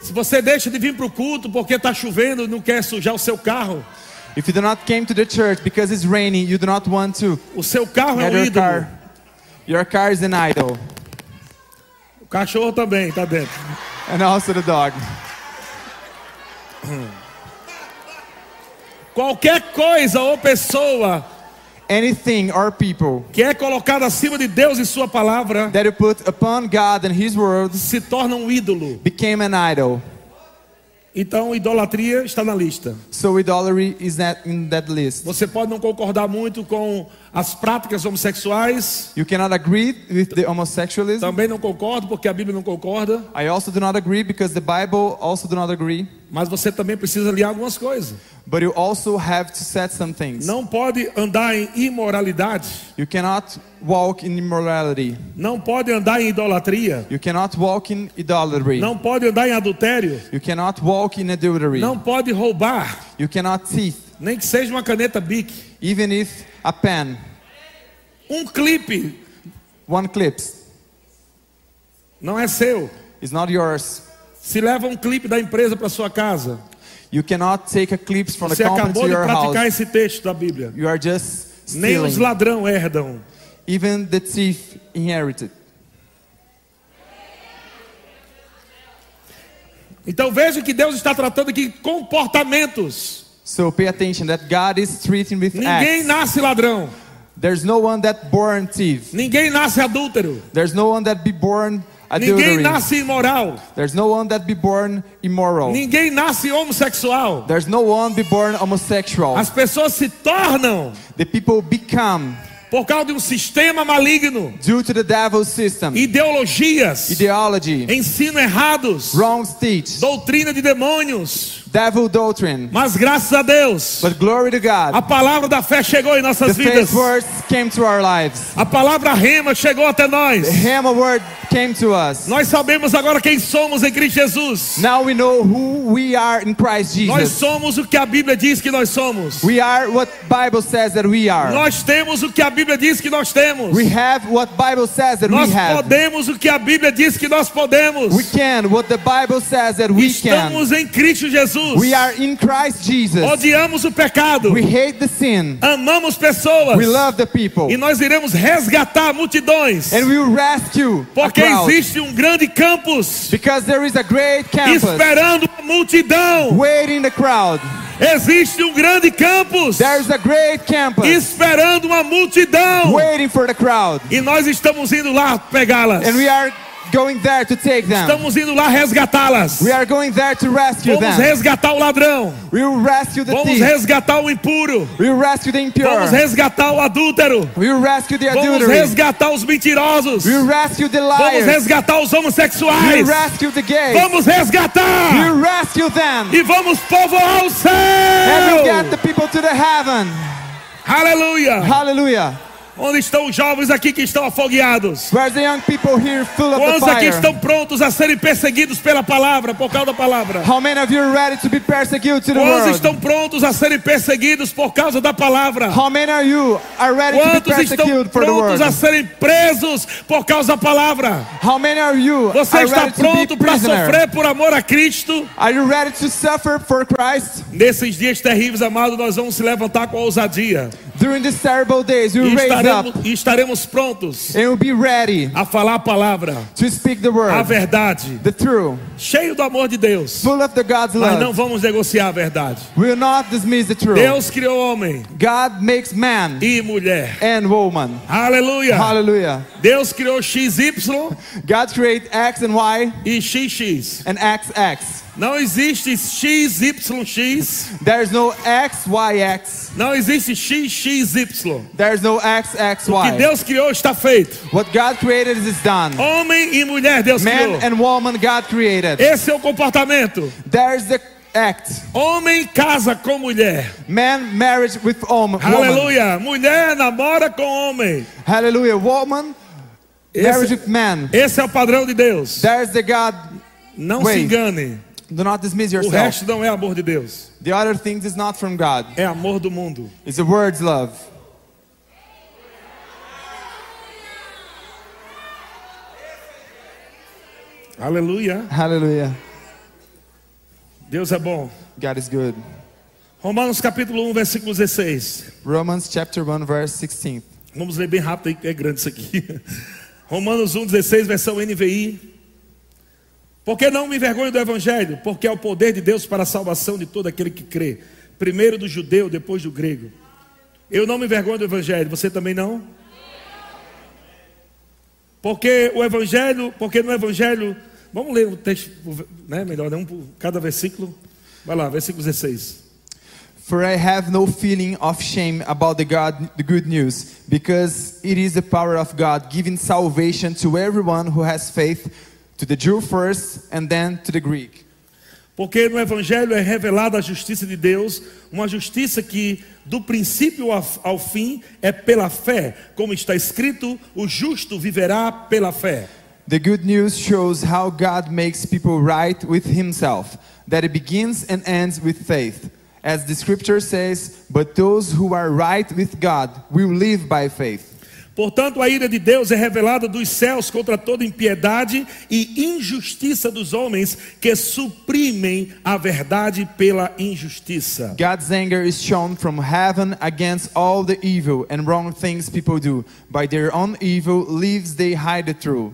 [SPEAKER 1] Se você deixa de vir para o culto porque está chovendo e não quer sujar o seu carro,
[SPEAKER 2] If you do not came to the church because it's raining, you do not want to
[SPEAKER 1] o seu carro é
[SPEAKER 2] get
[SPEAKER 1] um
[SPEAKER 2] your
[SPEAKER 1] ídolo.
[SPEAKER 2] car. Your car is an idol,
[SPEAKER 1] O cachorro também está dentro.
[SPEAKER 2] and also the dog.
[SPEAKER 1] Qualquer coisa ou pessoa
[SPEAKER 2] Anything or people
[SPEAKER 1] que é colocada acima de Deus e sua palavra
[SPEAKER 2] that you put upon God and His word
[SPEAKER 1] se torna um ídolo.
[SPEAKER 2] became an idol.
[SPEAKER 1] Então, idolatria está na lista.
[SPEAKER 2] So idolatry is not in that list.
[SPEAKER 1] Você pode não concordar muito com as práticas homossexuais,
[SPEAKER 2] You cannot agree with the homosexualism.
[SPEAKER 1] também não concordo porque a Bíblia não concorda,
[SPEAKER 2] I also do not agree because the Bible also do not agree.
[SPEAKER 1] mas você também precisa aliar algumas coisas.
[SPEAKER 2] But you also have to set some things.
[SPEAKER 1] Não pode andar em imoralidade,
[SPEAKER 2] You cannot walk in immorality.
[SPEAKER 1] não pode andar em idolatria,
[SPEAKER 2] You cannot walk in idolatry.
[SPEAKER 1] não pode andar em adultério,
[SPEAKER 2] You cannot walk in adultery.
[SPEAKER 1] não pode roubar,
[SPEAKER 2] You cannot thief,
[SPEAKER 1] nem que seja uma caneta Bic,
[SPEAKER 2] even if a pen,
[SPEAKER 1] um clipe
[SPEAKER 2] one clips,
[SPEAKER 1] não é seu.
[SPEAKER 2] is not yours.
[SPEAKER 1] Se leva um clipe da empresa para sua casa,
[SPEAKER 2] You cannot take a clips from the
[SPEAKER 1] você
[SPEAKER 2] company
[SPEAKER 1] acabou
[SPEAKER 2] to
[SPEAKER 1] de
[SPEAKER 2] your
[SPEAKER 1] praticar
[SPEAKER 2] house.
[SPEAKER 1] esse texto da Bíblia.
[SPEAKER 2] You are just
[SPEAKER 1] Nem os
[SPEAKER 2] stealing.
[SPEAKER 1] ladrão herdam.
[SPEAKER 2] Even the thief inherited.
[SPEAKER 1] Então veja que Deus está tratando aqui comportamentos.
[SPEAKER 2] So pay attention that God is treating with
[SPEAKER 1] Ninguém
[SPEAKER 2] acts.
[SPEAKER 1] nasce ladrão.
[SPEAKER 2] There's no one that born thief.
[SPEAKER 1] Ninguém nasce adúltero.
[SPEAKER 2] There's no one that be born
[SPEAKER 1] Ninguém
[SPEAKER 2] adultery.
[SPEAKER 1] nasce imoral.
[SPEAKER 2] There's no one that be born immoral.
[SPEAKER 1] Ninguém nasce homossexual.
[SPEAKER 2] There's no one be born homosexual.
[SPEAKER 1] As pessoas se tornam
[SPEAKER 2] The people become
[SPEAKER 1] por causa de um sistema maligno,
[SPEAKER 2] due to the devil's system,
[SPEAKER 1] ideologias,
[SPEAKER 2] ideology,
[SPEAKER 1] ensino errados,
[SPEAKER 2] wrong teach,
[SPEAKER 1] doutrina de demônios.
[SPEAKER 2] devil doctrine.
[SPEAKER 1] Mas graças a Deus,
[SPEAKER 2] But glory to
[SPEAKER 1] a
[SPEAKER 2] God,
[SPEAKER 1] palavra da fé chegou em
[SPEAKER 2] the
[SPEAKER 1] nossas vidas.
[SPEAKER 2] faith words came to our lives.
[SPEAKER 1] A palavra rema chegou até nós.
[SPEAKER 2] The hammer word came to us.
[SPEAKER 1] Nós sabemos agora quem somos em Cristo Jesus.
[SPEAKER 2] Now we know who we are in Christ
[SPEAKER 1] Nós
[SPEAKER 2] Jesus.
[SPEAKER 1] somos o que a Bíblia diz que nós somos.
[SPEAKER 2] We are what Bible says that we are.
[SPEAKER 1] Nós temos o que a Bíblia diz que nós temos.
[SPEAKER 2] We have what Bible says that
[SPEAKER 1] Nós
[SPEAKER 2] we have.
[SPEAKER 1] podemos o que a Bíblia diz que nós podemos.
[SPEAKER 2] We can what the Bible says that we can.
[SPEAKER 1] Estamos em Cristo Jesus.
[SPEAKER 2] We are in Christ Jesus.
[SPEAKER 1] Odiamos o pecado.
[SPEAKER 2] We hate the sin.
[SPEAKER 1] Amamos pessoas.
[SPEAKER 2] We love the people.
[SPEAKER 1] E nós iremos resgatar multidões.
[SPEAKER 2] And we will rescue a
[SPEAKER 1] Porque
[SPEAKER 2] crowd.
[SPEAKER 1] existe um grande campus
[SPEAKER 2] Because there is a great campus
[SPEAKER 1] esperando a multidão.
[SPEAKER 2] waiting the crowd.
[SPEAKER 1] Existe um grande campus
[SPEAKER 2] There is a great campus
[SPEAKER 1] esperando uma multidão.
[SPEAKER 2] waiting for the crowd.
[SPEAKER 1] E nós estamos indo lá pegá-las.
[SPEAKER 2] And we are going there to take them.
[SPEAKER 1] Estamos indo lá resgatá-las.
[SPEAKER 2] We are going there to rescue
[SPEAKER 1] Vamos
[SPEAKER 2] them.
[SPEAKER 1] resgatar o ladrão.
[SPEAKER 2] We will rescue the
[SPEAKER 1] Vamos
[SPEAKER 2] thief.
[SPEAKER 1] resgatar o impuro.
[SPEAKER 2] We will rescue the
[SPEAKER 1] Vamos
[SPEAKER 2] impure.
[SPEAKER 1] resgatar o adúltero.
[SPEAKER 2] We will rescue the
[SPEAKER 1] Vamos
[SPEAKER 2] adultery.
[SPEAKER 1] resgatar os mentirosos.
[SPEAKER 2] We will rescue the
[SPEAKER 1] Vamos
[SPEAKER 2] liars.
[SPEAKER 1] resgatar os
[SPEAKER 2] We will
[SPEAKER 1] homossexuais.
[SPEAKER 2] rescue the gays.
[SPEAKER 1] Vamos
[SPEAKER 2] We
[SPEAKER 1] resgatar.
[SPEAKER 2] will rescue you then,
[SPEAKER 1] e vamos povoar o céu.
[SPEAKER 2] and you get the people to the heaven.
[SPEAKER 1] Aleluia!
[SPEAKER 2] Hallelujah.
[SPEAKER 1] Onde estão os jovens aqui que estão afogueados?
[SPEAKER 2] Where's the young people here full of the
[SPEAKER 1] Quantos aqui
[SPEAKER 2] fire?
[SPEAKER 1] estão prontos a serem perseguidos pela palavra, por causa da palavra?
[SPEAKER 2] How many of you are ready to be persecuted to the
[SPEAKER 1] Quantos
[SPEAKER 2] world?
[SPEAKER 1] estão prontos a serem perseguidos por causa da palavra?
[SPEAKER 2] How many of you are ready to be
[SPEAKER 1] Quantos estão
[SPEAKER 2] persecuted for the
[SPEAKER 1] prontos a
[SPEAKER 2] world?
[SPEAKER 1] serem presos por causa da palavra?
[SPEAKER 2] How many of you
[SPEAKER 1] Você
[SPEAKER 2] are
[SPEAKER 1] está
[SPEAKER 2] ready to be
[SPEAKER 1] pronto para
[SPEAKER 2] prisoner?
[SPEAKER 1] sofrer por amor a Cristo?
[SPEAKER 2] Are you ready to suffer for Christ?
[SPEAKER 1] Nesses dias terríveis, amado, nós vamos se levantar com ousadia
[SPEAKER 2] During these terrible days,
[SPEAKER 1] e
[SPEAKER 2] you raise up
[SPEAKER 1] estaremos, e estaremos prontos
[SPEAKER 2] and you'll be ready
[SPEAKER 1] a falar a palavra,
[SPEAKER 2] to speak the
[SPEAKER 1] a
[SPEAKER 2] word,
[SPEAKER 1] verdade,
[SPEAKER 2] the truth,
[SPEAKER 1] cheio do amor de Deus.
[SPEAKER 2] full of the God's
[SPEAKER 1] Mas não
[SPEAKER 2] love.
[SPEAKER 1] vamos negociar a verdade.
[SPEAKER 2] We will not dismiss the truth.
[SPEAKER 1] Deus criou homem
[SPEAKER 2] God makes man
[SPEAKER 1] e mulher.
[SPEAKER 2] and woman.
[SPEAKER 1] Aleluia.
[SPEAKER 2] Hallelujah.
[SPEAKER 1] Deus criou XY
[SPEAKER 2] God created X and Y
[SPEAKER 1] e XX.
[SPEAKER 2] and XX.
[SPEAKER 1] Não existe XYX,
[SPEAKER 2] There is no XYX.
[SPEAKER 1] não existe XXY.
[SPEAKER 2] There is no
[SPEAKER 1] O que
[SPEAKER 2] XXY.
[SPEAKER 1] Deus criou está feito.
[SPEAKER 2] What God created is done.
[SPEAKER 1] Homem e mulher Deus criou.
[SPEAKER 2] Man and woman God created.
[SPEAKER 1] Esse é o comportamento.
[SPEAKER 2] There is the act.
[SPEAKER 1] Homem casa com mulher.
[SPEAKER 2] Man marriage with om- woman.
[SPEAKER 1] Aleluia. Mulher namora com homem.
[SPEAKER 2] Hallelujah. Woman marriage
[SPEAKER 1] Esse,
[SPEAKER 2] with man.
[SPEAKER 1] esse é o padrão de Deus.
[SPEAKER 2] There is the God.
[SPEAKER 1] Não se
[SPEAKER 2] Wait.
[SPEAKER 1] engane.
[SPEAKER 2] Do not dismiss
[SPEAKER 1] O
[SPEAKER 2] yourself.
[SPEAKER 1] resto não é amor de Deus.
[SPEAKER 2] The other things is not from God.
[SPEAKER 1] É amor do mundo.
[SPEAKER 2] It's the word's love.
[SPEAKER 1] Aleluia.
[SPEAKER 2] Hallelujah.
[SPEAKER 1] Deus é bom.
[SPEAKER 2] God is good.
[SPEAKER 1] Romanos capítulo 1, versículo 16.
[SPEAKER 2] Romans chapter 1 verse 16.
[SPEAKER 1] Vamos ler bem rápido aí, que é grande isso aqui. Romanos 1, 16, versão NVI. Porque não me envergonho do Evangelho, porque é o poder de Deus para a salvação de todo aquele que crê, primeiro do judeu, depois do grego. Eu não me envergonho do Evangelho, você também não? Porque o Evangelho, porque no Evangelho, vamos ler o texto, né? Melhor, né? um por cada versículo. Vai lá, versículo 16.
[SPEAKER 2] For I have no feeling of shame about the God the good news, because it is the power of God giving salvation to everyone who has faith, to the Jew first and then to the Greek.
[SPEAKER 1] Porque no Evangelho é revelada a justiça de Deus, uma justiça que do princípio ao- ao fim é pela fé, como está escrito: o justo viverá pela fé.
[SPEAKER 2] The good news shows how God makes people right with himself, that it begins and ends with faith. As the scripture says, but those who are right with God will live by faith.
[SPEAKER 1] Portanto, a ira de Deus é revelada dos céus contra toda impiedade e injustiça dos homens que suprimem a verdade pela injustiça.
[SPEAKER 2] God's anger is shown from heaven against all the evil and wrong things people do. By their own evil lives they hide the truth.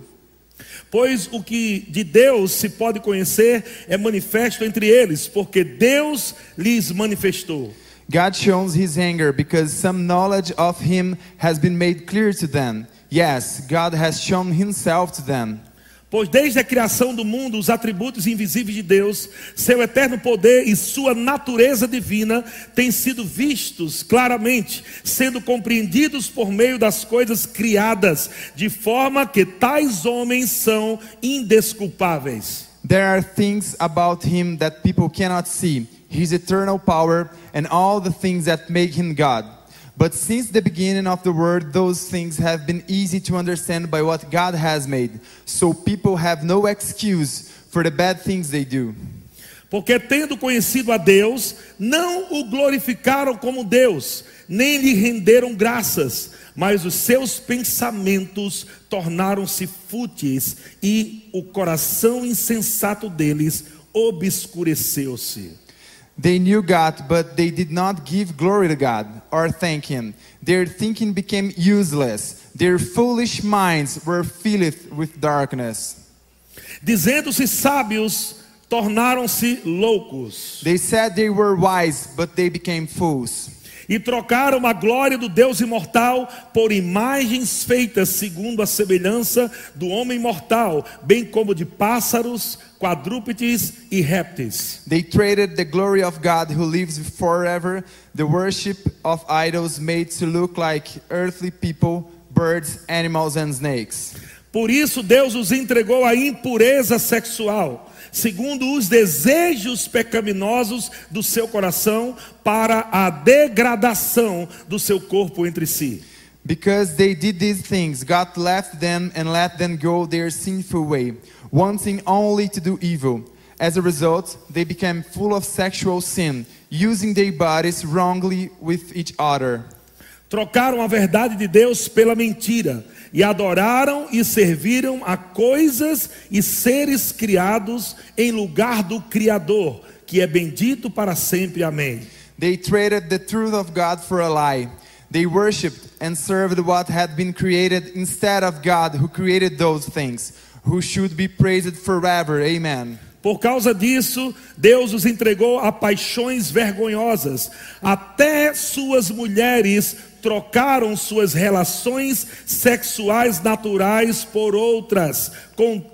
[SPEAKER 1] Pois o que de Deus se pode conhecer é manifesto entre eles, porque Deus lhes manifestou.
[SPEAKER 2] God shows his anger because some knowledge of him has been made clear to them. Yes, God has shown himself to them.
[SPEAKER 1] Pois desde a criação do mundo, os atributos invisíveis de Deus, seu eterno poder e sua natureza divina têm sido vistos claramente, sendo compreendidos por meio das coisas criadas, de forma que tais homens são indesculpáveis.
[SPEAKER 2] There are things about him that people cannot see his eternal power and all the things that make him God. But since the beginning of the world, those things have been easy to understand by what God has made. So people have no excuse for the bad things they do.
[SPEAKER 1] Porque, tendo conhecido a Deus, não o glorificaram como Deus, nem lhe renderam graças, mas os seus pensamentos tornaram-se fúteis e o coração insensato deles obscureceu-se.
[SPEAKER 2] They knew God, but they did not give glory to God or thank Him. Their thinking became useless. Their foolish minds were filled with darkness.
[SPEAKER 1] Dizendo-se sábios, tornaram-se loucos
[SPEAKER 2] They said they were wise, but they became fools.
[SPEAKER 1] e trocaram a glória do Deus imortal por imagens feitas segundo a semelhança do homem mortal, bem como de pássaros, quadrúpedes e répteis.
[SPEAKER 2] They traded the glory of God who lives forever, the worship of idols made to look like earthly people, birds, animals, and snakes.
[SPEAKER 1] Por isso Deus os entregou à impureza sexual, segundo os desejos pecaminosos do seu coração, para a degradação do seu corpo entre si.
[SPEAKER 2] Because they did these things, God left them and let them go their sinful way, wanting only to do evil. As a result, they became full of sexual sin, using their bodies wrongly with each other.
[SPEAKER 1] Trocaram a verdade de Deus pela mentira e adoraram e serviram a coisas e seres criados em lugar do Criador, que é bendito para sempre. Amém.
[SPEAKER 2] They traded the truth of God for a lie. They worshipped and served what had been created instead of God who created those things, who should be praised forever. Amen.
[SPEAKER 1] Por causa disso, Deus os entregou a paixões vergonhosas. Até suas mulheres trocaram suas relações sexuais naturais por outras,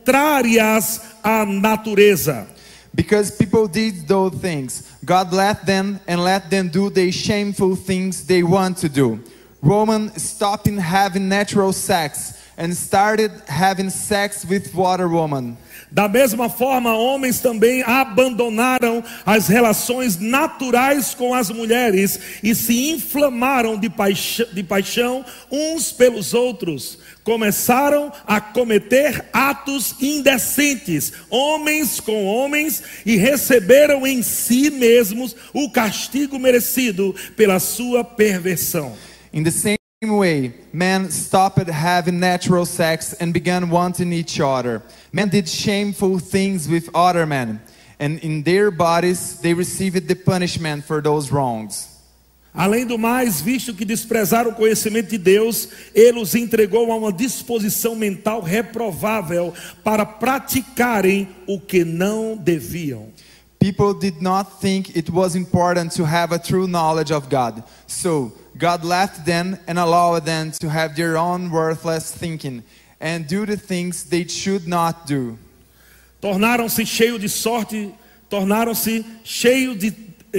[SPEAKER 1] contrárias à natureza.
[SPEAKER 2] Because people did those things, God let them and let them do the shameful things they want to do. Roman stopped having natural sex and started having sex with other women.
[SPEAKER 1] Da mesma forma, homens também abandonaram as relações naturais com as mulheres e se inflamaram de, paixão, de paixão uns pelos outros. Começaram a cometer atos indecentes, homens com homens, e receberam em si mesmos o castigo merecido pela sua perversão.
[SPEAKER 2] In the same way, men stopped having natural sex and began wanting each other. Men did shameful things with other men, and in their bodies they received the punishment for those wrongs.
[SPEAKER 1] Além do mais, visto que desprezaram o conhecimento de Deus, ele os entregou a uma disposição mental reprovável para praticarem o que não deviam.
[SPEAKER 2] People did not think it was important to have a true knowledge of God. So God left them and allowed them to have their own worthless thinking and do the things they should not do.
[SPEAKER 1] Tornaram-se cheios de sorte, tornaram-se cheios de,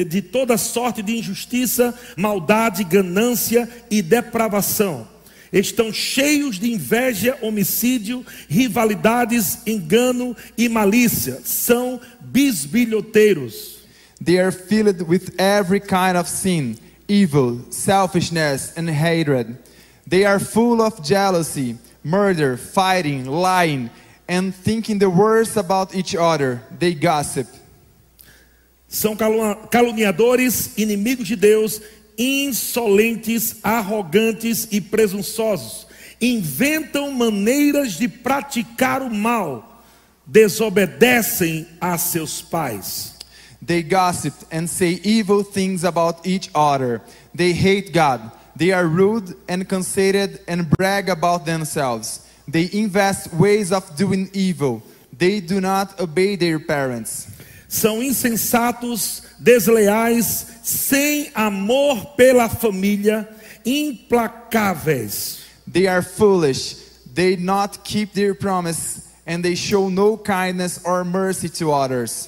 [SPEAKER 1] de toda sorte de injustiça, maldade, ganância e depravação. Estão cheios de inveja, homicídio, rivalidades, engano e malícia. São bisbilhoteiros.
[SPEAKER 2] They are filled with every kind of sin, evil, selfishness, and hatred. They are full of jealousy, murder, fighting, lying, and thinking the worst about each other. They gossip.
[SPEAKER 1] São calun- caluniadores, inimigos de Deus, insolentes, arrogantes e presunçosos. Inventam maneiras de praticar o mal, desobedecem a seus pais.
[SPEAKER 2] They gossip and say evil things about each other. They hate God. They are rude and conceited and brag about themselves. They invest ways of doing evil. They do not obey their parents.
[SPEAKER 1] São insensatos, desleais, sem amor pela família, implacáveis.
[SPEAKER 2] They are foolish. They not keep their promise and they show no kindness or mercy to others.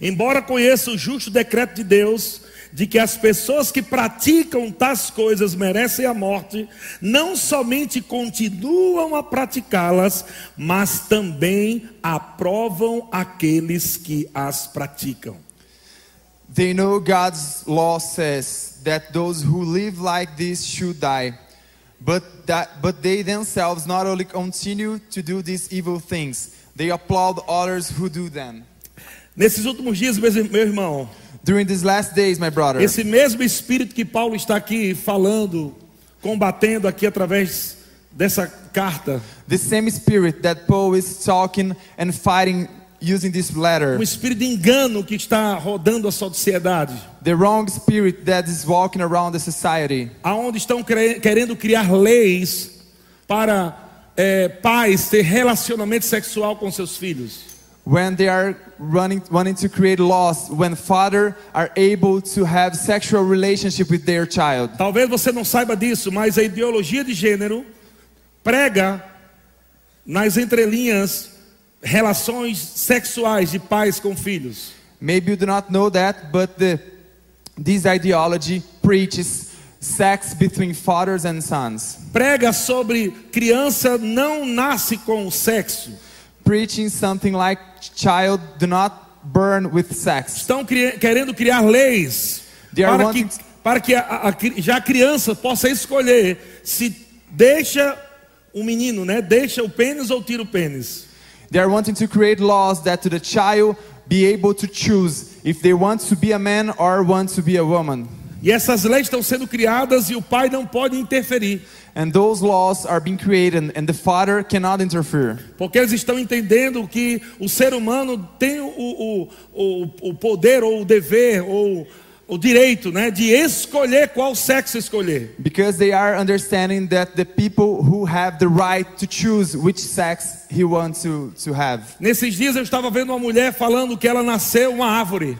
[SPEAKER 1] Embora conheça o justo decreto de Deus de que as pessoas que praticam tais coisas merecem a morte, não somente continuam a praticá-las, mas também aprovam aqueles que as praticam.
[SPEAKER 2] They know God's law says that those who live like this should die. But, that, but they themselves not only continue to do these evil things, they applaud others who do them.
[SPEAKER 1] Nesses últimos dias, meus- meu irmão,
[SPEAKER 2] During these last days, my brother,
[SPEAKER 1] esse mesmo espírito que Paulo está aqui falando, combatendo aqui através dessa carta,
[SPEAKER 2] the same spirit that Paul is talking and fighting using this letter,
[SPEAKER 1] um espírito de engano que está rodando a sociedade.
[SPEAKER 2] the wrong spirit that is walking around the society,
[SPEAKER 1] aonde estão cre- querendo criar leis para eh, pais ter relacionamento sexual com seus filhos.
[SPEAKER 2] when they are running, wanting to create laws, when father are able to have sexual relationship with their child.
[SPEAKER 1] Talvez você não saiba disso, mas a ideologia de gênero prega nas entrelinhas relações sexuais de pais com filhos.
[SPEAKER 2] Maybe you do not know that, but the, this ideology preaches sex between fathers and sons,
[SPEAKER 1] Prega sobre criança não nasce com o sexo.
[SPEAKER 2] preaching something like child do not burn with sex.
[SPEAKER 1] Estão cri- querendo criar leis
[SPEAKER 2] They are
[SPEAKER 1] para que,
[SPEAKER 2] wanting-
[SPEAKER 1] para que a, a- a- já a criança possa escolher se deixa o menino, né? Deixa o pênis ou tira o pênis.
[SPEAKER 2] They are wanting to create laws that to the child be able to choose if they want to be a man or want to be a woman.
[SPEAKER 1] E essas leis estão sendo criadas e o pai não pode interferir,
[SPEAKER 2] And those laws are being created and the father cannot interfere.
[SPEAKER 1] porque eles estão entendendo que o ser humano tem o, o, o, o poder ou o dever ou o direito, né, de escolher qual sexo escolher.
[SPEAKER 2] Because they are understanding that the people who have the right to choose which sex he wants to, to have.
[SPEAKER 1] Nesses dias eu estava vendo uma mulher falando que ela nasceu uma árvore.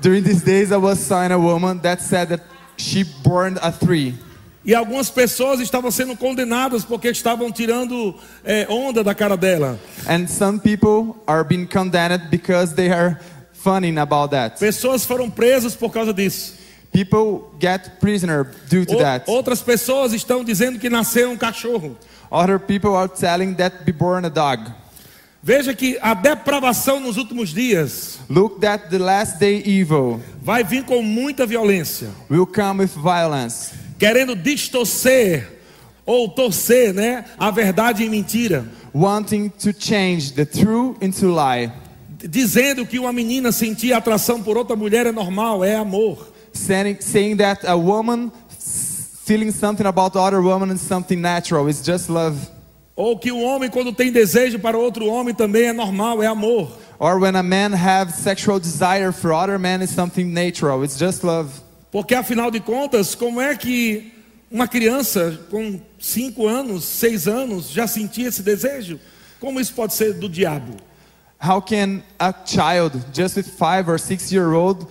[SPEAKER 2] During these days, I was seeing a woman that said that she born a tree.
[SPEAKER 1] E algumas pessoas estavam sendo condenadas porque estavam tirando eh, onda da cara dela.
[SPEAKER 2] And some people are being condemned because they are funning about that.
[SPEAKER 1] Pessoas foram presas por causa disso.
[SPEAKER 2] People get prisoner due to
[SPEAKER 1] Ou-
[SPEAKER 2] that.
[SPEAKER 1] outras pessoas estão dizendo que nasceu um cachorro.
[SPEAKER 2] Other people are telling that be born a dog.
[SPEAKER 1] Veja que a depravação nos últimos dias
[SPEAKER 2] Look that the last day evil
[SPEAKER 1] vai vir com muita violência,
[SPEAKER 2] will come with violence,
[SPEAKER 1] querendo distorcer ou torcer, né, a verdade em mentira,
[SPEAKER 2] wanting to change the true into lie,
[SPEAKER 1] dizendo que uma menina sentir atração por outra mulher é normal, é amor.
[SPEAKER 2] saying, saying that a woman feeling something about the other woman is something natural, it's just love.
[SPEAKER 1] Ou que o homem quando tem desejo para outro homem também é normal, é amor.
[SPEAKER 2] Or when a man have sexual desire for other man is something natural, it's just love.
[SPEAKER 1] Porque afinal de contas, como é que uma criança com 5 anos, 6 anos já sentia esse desejo? Como isso pode ser do diabo?
[SPEAKER 2] How can a child just with five or six year old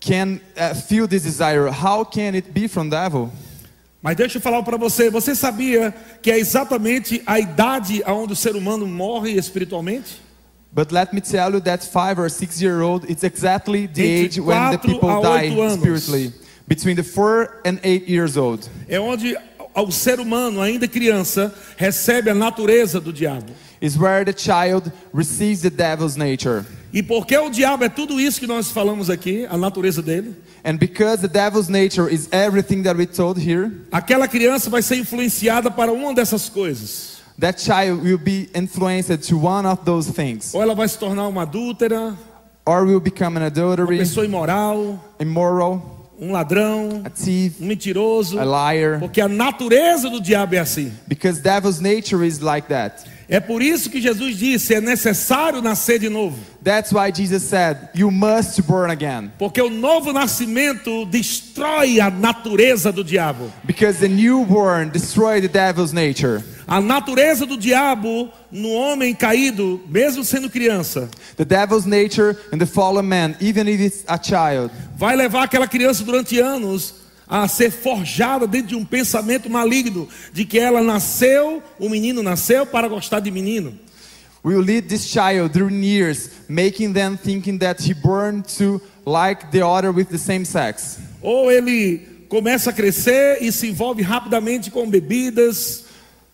[SPEAKER 2] can uh, feel this desire? How can it be from devil?
[SPEAKER 1] Mas deixa eu falar para você, você sabia que é exatamente a idade aonde o ser humano morre espiritualmente?
[SPEAKER 2] But let me tell you that five or six year old, it's exactly the
[SPEAKER 1] Entre
[SPEAKER 2] age when the
[SPEAKER 1] quatro a
[SPEAKER 2] people
[SPEAKER 1] oito
[SPEAKER 2] die
[SPEAKER 1] anos.
[SPEAKER 2] spiritually. Between the four and eight years old.
[SPEAKER 1] É onde o ser humano, ainda criança, recebe a natureza do diabo.
[SPEAKER 2] Is where the child receives the devil's nature.
[SPEAKER 1] E porque o diabo é tudo isso que nós falamos aqui, a natureza dele,
[SPEAKER 2] And because the devil's nature is everything that we told here,
[SPEAKER 1] aquela criança vai ser influenciada para uma dessas coisas.
[SPEAKER 2] that child will be influenced to one of those things.
[SPEAKER 1] Ou ela vai se tornar uma adúltera,
[SPEAKER 2] Or will become an
[SPEAKER 1] uma
[SPEAKER 2] adultery,
[SPEAKER 1] pessoa imoral,
[SPEAKER 2] immoral,
[SPEAKER 1] um ladrão,
[SPEAKER 2] a thief,
[SPEAKER 1] um mentiroso.
[SPEAKER 2] a liar.
[SPEAKER 1] Porque a natureza do diabo é assim.
[SPEAKER 2] Because devil's nature is like that.
[SPEAKER 1] É por isso que Jesus disse: é necessário nascer de novo.
[SPEAKER 2] That's why Jesus said, You must born again.
[SPEAKER 1] Porque o novo nascimento destrói a natureza do diabo.
[SPEAKER 2] Because the newborn destroy the devil's nature.
[SPEAKER 1] A natureza do diabo no homem caído, mesmo sendo criança,
[SPEAKER 2] The devil's nature and the fallen man, even if it's a child,
[SPEAKER 1] vai levar aquela criança durante anos a ser forjada dentro de um pensamento maligno de que ela nasceu, o menino nasceu para gostar de menino.
[SPEAKER 2] will lead this child during years, making them thinking that he born to like the other with the same sex.
[SPEAKER 1] Ou ele começa a crescer e se envolve rapidamente com bebidas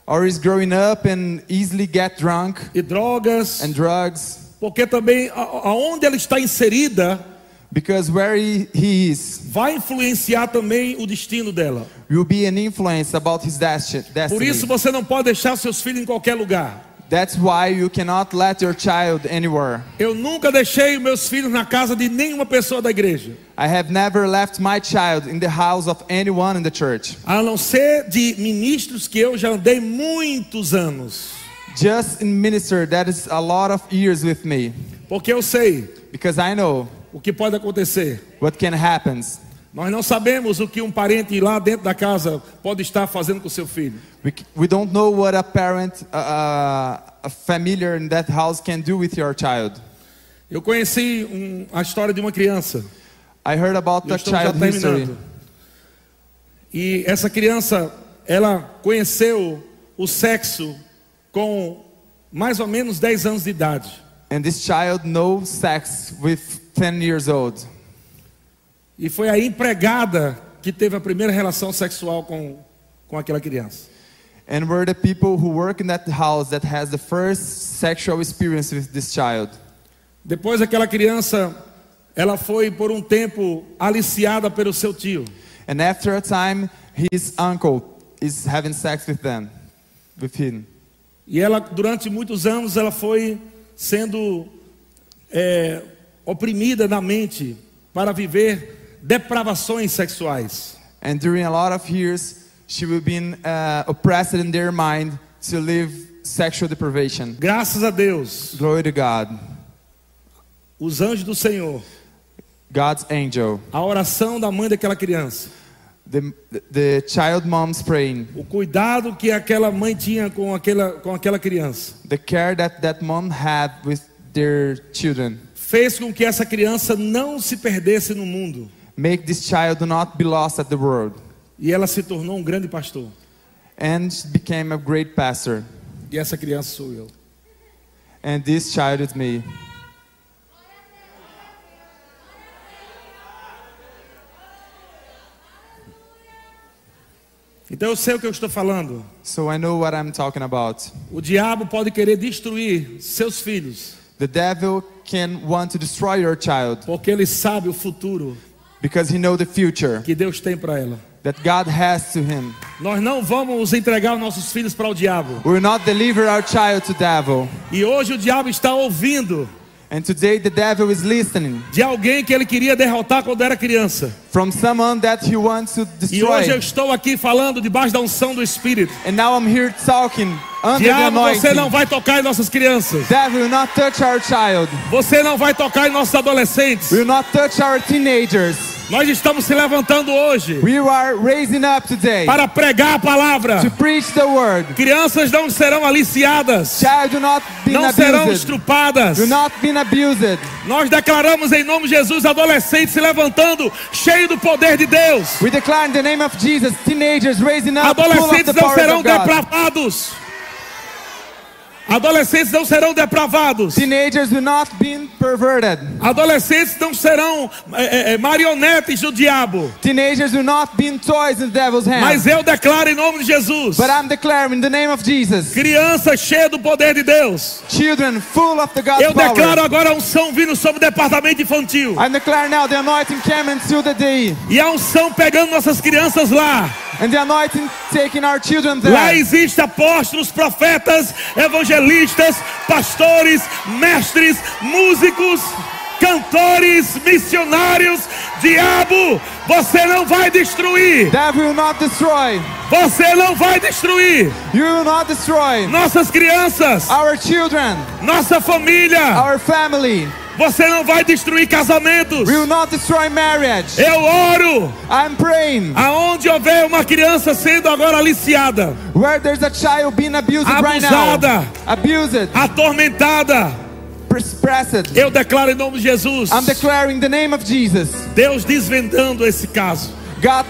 [SPEAKER 2] Or is growing up and easily get drunk
[SPEAKER 1] e drogas,
[SPEAKER 2] and drugs.
[SPEAKER 1] porque também a- aonde ela está inserida
[SPEAKER 2] Because where he, he is
[SPEAKER 1] vai influenciar também o destino dela.
[SPEAKER 2] will be an influence about his desti-
[SPEAKER 1] Por isso
[SPEAKER 2] destiny.
[SPEAKER 1] você não pode deixar seus filhos em qualquer lugar.
[SPEAKER 2] That's why you cannot let your child anywhere.
[SPEAKER 1] Eu nunca deixei meus filhos na casa de nenhuma pessoa da igreja,
[SPEAKER 2] I have never left my child in the house of anyone in the church.
[SPEAKER 1] a não ser de ministros que eu já andei muitos anos,
[SPEAKER 2] Just in minister, that is a lot of years with me.
[SPEAKER 1] porque eu sei
[SPEAKER 2] Because I know
[SPEAKER 1] o que pode acontecer.
[SPEAKER 2] what can happen.
[SPEAKER 1] Nós não sabemos o que um parente lá dentro da casa pode estar fazendo com seu filho.
[SPEAKER 2] We, c- we don't know what a parent, uh, a familiar in that house can do with your child.
[SPEAKER 1] Eu conheci um- a história de uma criança.
[SPEAKER 2] I heard about
[SPEAKER 1] Eu
[SPEAKER 2] the
[SPEAKER 1] estou já
[SPEAKER 2] child history.
[SPEAKER 1] terminando. E essa criança, ela conheceu o sexo com mais ou menos 10 anos de idade.
[SPEAKER 2] And this child knows sex with 10 years old.
[SPEAKER 1] E foi aí empregada que teve a primeira relação sexual com, com aquela criança.
[SPEAKER 2] and were the people who work in that house that has the first sexual experience with this child.
[SPEAKER 1] Depois aquela criança, ela foi por um tempo aliciada pelo seu tio.
[SPEAKER 2] And after a time, his uncle is having sex with them, with him.
[SPEAKER 1] E ela, durante muitos anos, ela foi sendo é, oprimida na mente para viver depravações sexuais.
[SPEAKER 2] And during a lot of years, she will be uh, oppressed in their mind to live sexual deprivation.
[SPEAKER 1] Graças a Deus,
[SPEAKER 2] Glory to God,
[SPEAKER 1] os anjos do Senhor,
[SPEAKER 2] God's angel.
[SPEAKER 1] a oração da mãe daquela criança,
[SPEAKER 2] The, the child mom's praying,
[SPEAKER 1] o cuidado que aquela mãe tinha com aquela, com aquela criança,
[SPEAKER 2] the care that that mom had with their children,
[SPEAKER 1] fez com que essa criança não se perdesse no mundo.
[SPEAKER 2] make this child not be lost at the world.
[SPEAKER 1] E ela se tornou um grande pastor.
[SPEAKER 2] and she became a great pastor.
[SPEAKER 1] E essa criança sou eu.
[SPEAKER 2] And this child is me.
[SPEAKER 1] Então eu sei o que eu estou falando.
[SPEAKER 2] So I know what I'm talking about.
[SPEAKER 1] O diabo pode querer destruir seus filhos,
[SPEAKER 2] The devil can want to destroy your child
[SPEAKER 1] porque ele sabe o futuro
[SPEAKER 2] because he know the future
[SPEAKER 1] que Deus tem para ela.
[SPEAKER 2] that God has to him.
[SPEAKER 1] Nós não vamos entregar os nossos filhos para o diabo.
[SPEAKER 2] We will not deliver our child to devil.
[SPEAKER 1] E hoje o diabo está ouvindo
[SPEAKER 2] And today the devil is listening
[SPEAKER 1] de alguém que ele queria derrotar quando era criança.
[SPEAKER 2] from someone that he wants to
[SPEAKER 1] E hoje eu
[SPEAKER 2] destroy.
[SPEAKER 1] estou aqui falando debaixo da unção do Espírito.
[SPEAKER 2] And now I'm here talking under the
[SPEAKER 1] Diabo, você não
[SPEAKER 2] anointing.
[SPEAKER 1] vai tocar em nossas crianças.
[SPEAKER 2] Devil will not touch our child.
[SPEAKER 1] Você não vai tocar em nossos adolescentes.
[SPEAKER 2] Will not touch our teenagers.
[SPEAKER 1] Nós estamos se levantando hoje
[SPEAKER 2] We are raising up today
[SPEAKER 1] para pregar a palavra.
[SPEAKER 2] to preach the word.
[SPEAKER 1] Crianças não serão aliciadas,
[SPEAKER 2] Child, do not be
[SPEAKER 1] não serão
[SPEAKER 2] abused.
[SPEAKER 1] estrupadas.
[SPEAKER 2] Do not be abused.
[SPEAKER 1] Nós declaramos em nome de Jesus adolescentes se levantando, cheio do poder de Deus.
[SPEAKER 2] We declare in the name of Jesus, teenagers raising up, full of
[SPEAKER 1] Adolescentes não
[SPEAKER 2] the power
[SPEAKER 1] serão
[SPEAKER 2] of God.
[SPEAKER 1] depravados. Adolescentes não serão depravados.
[SPEAKER 2] Teenagers will not be perverted.
[SPEAKER 1] Adolescentes não serão é, é, é, marionetes do diabo.
[SPEAKER 2] Teenagers will not be toys in the devil's hands.
[SPEAKER 1] Mas eu declaro em nome de Jesus:
[SPEAKER 2] But I'm declaring in the name of Jesus,
[SPEAKER 1] criança cheia do poder de Deus.
[SPEAKER 2] children full of the God's
[SPEAKER 1] Eu
[SPEAKER 2] power.
[SPEAKER 1] declaro agora a unção vindo sobre o departamento infantil.
[SPEAKER 2] I'm declaring now the anointing coming through the day,
[SPEAKER 1] E a unção pegando nossas crianças lá.
[SPEAKER 2] and the anointing taking our children
[SPEAKER 1] Lá
[SPEAKER 2] there.
[SPEAKER 1] existem apóstolos, profetas, evangelistas, pastores, mestres, músicos, cantores, missionários. Diabo, você não vai destruir.
[SPEAKER 2] Devil will not destroy.
[SPEAKER 1] Você não vai destruir
[SPEAKER 2] You will not destroy
[SPEAKER 1] nossas crianças,
[SPEAKER 2] our children,
[SPEAKER 1] nossa família.
[SPEAKER 2] our family.
[SPEAKER 1] Você não vai destruir casamentos.
[SPEAKER 2] We will not destroy marriage.
[SPEAKER 1] Eu oro
[SPEAKER 2] I'm praying.
[SPEAKER 1] aonde houver uma criança sendo agora aliciada,
[SPEAKER 2] Where there's a child being abused right now,
[SPEAKER 1] Abusada.
[SPEAKER 2] abused,
[SPEAKER 1] atormentada.
[SPEAKER 2] suppressed.
[SPEAKER 1] Eu declaro em nome de Jesus.
[SPEAKER 2] I'm declaring the name of Jesus.
[SPEAKER 1] Deus desvendando esse caso.
[SPEAKER 2] God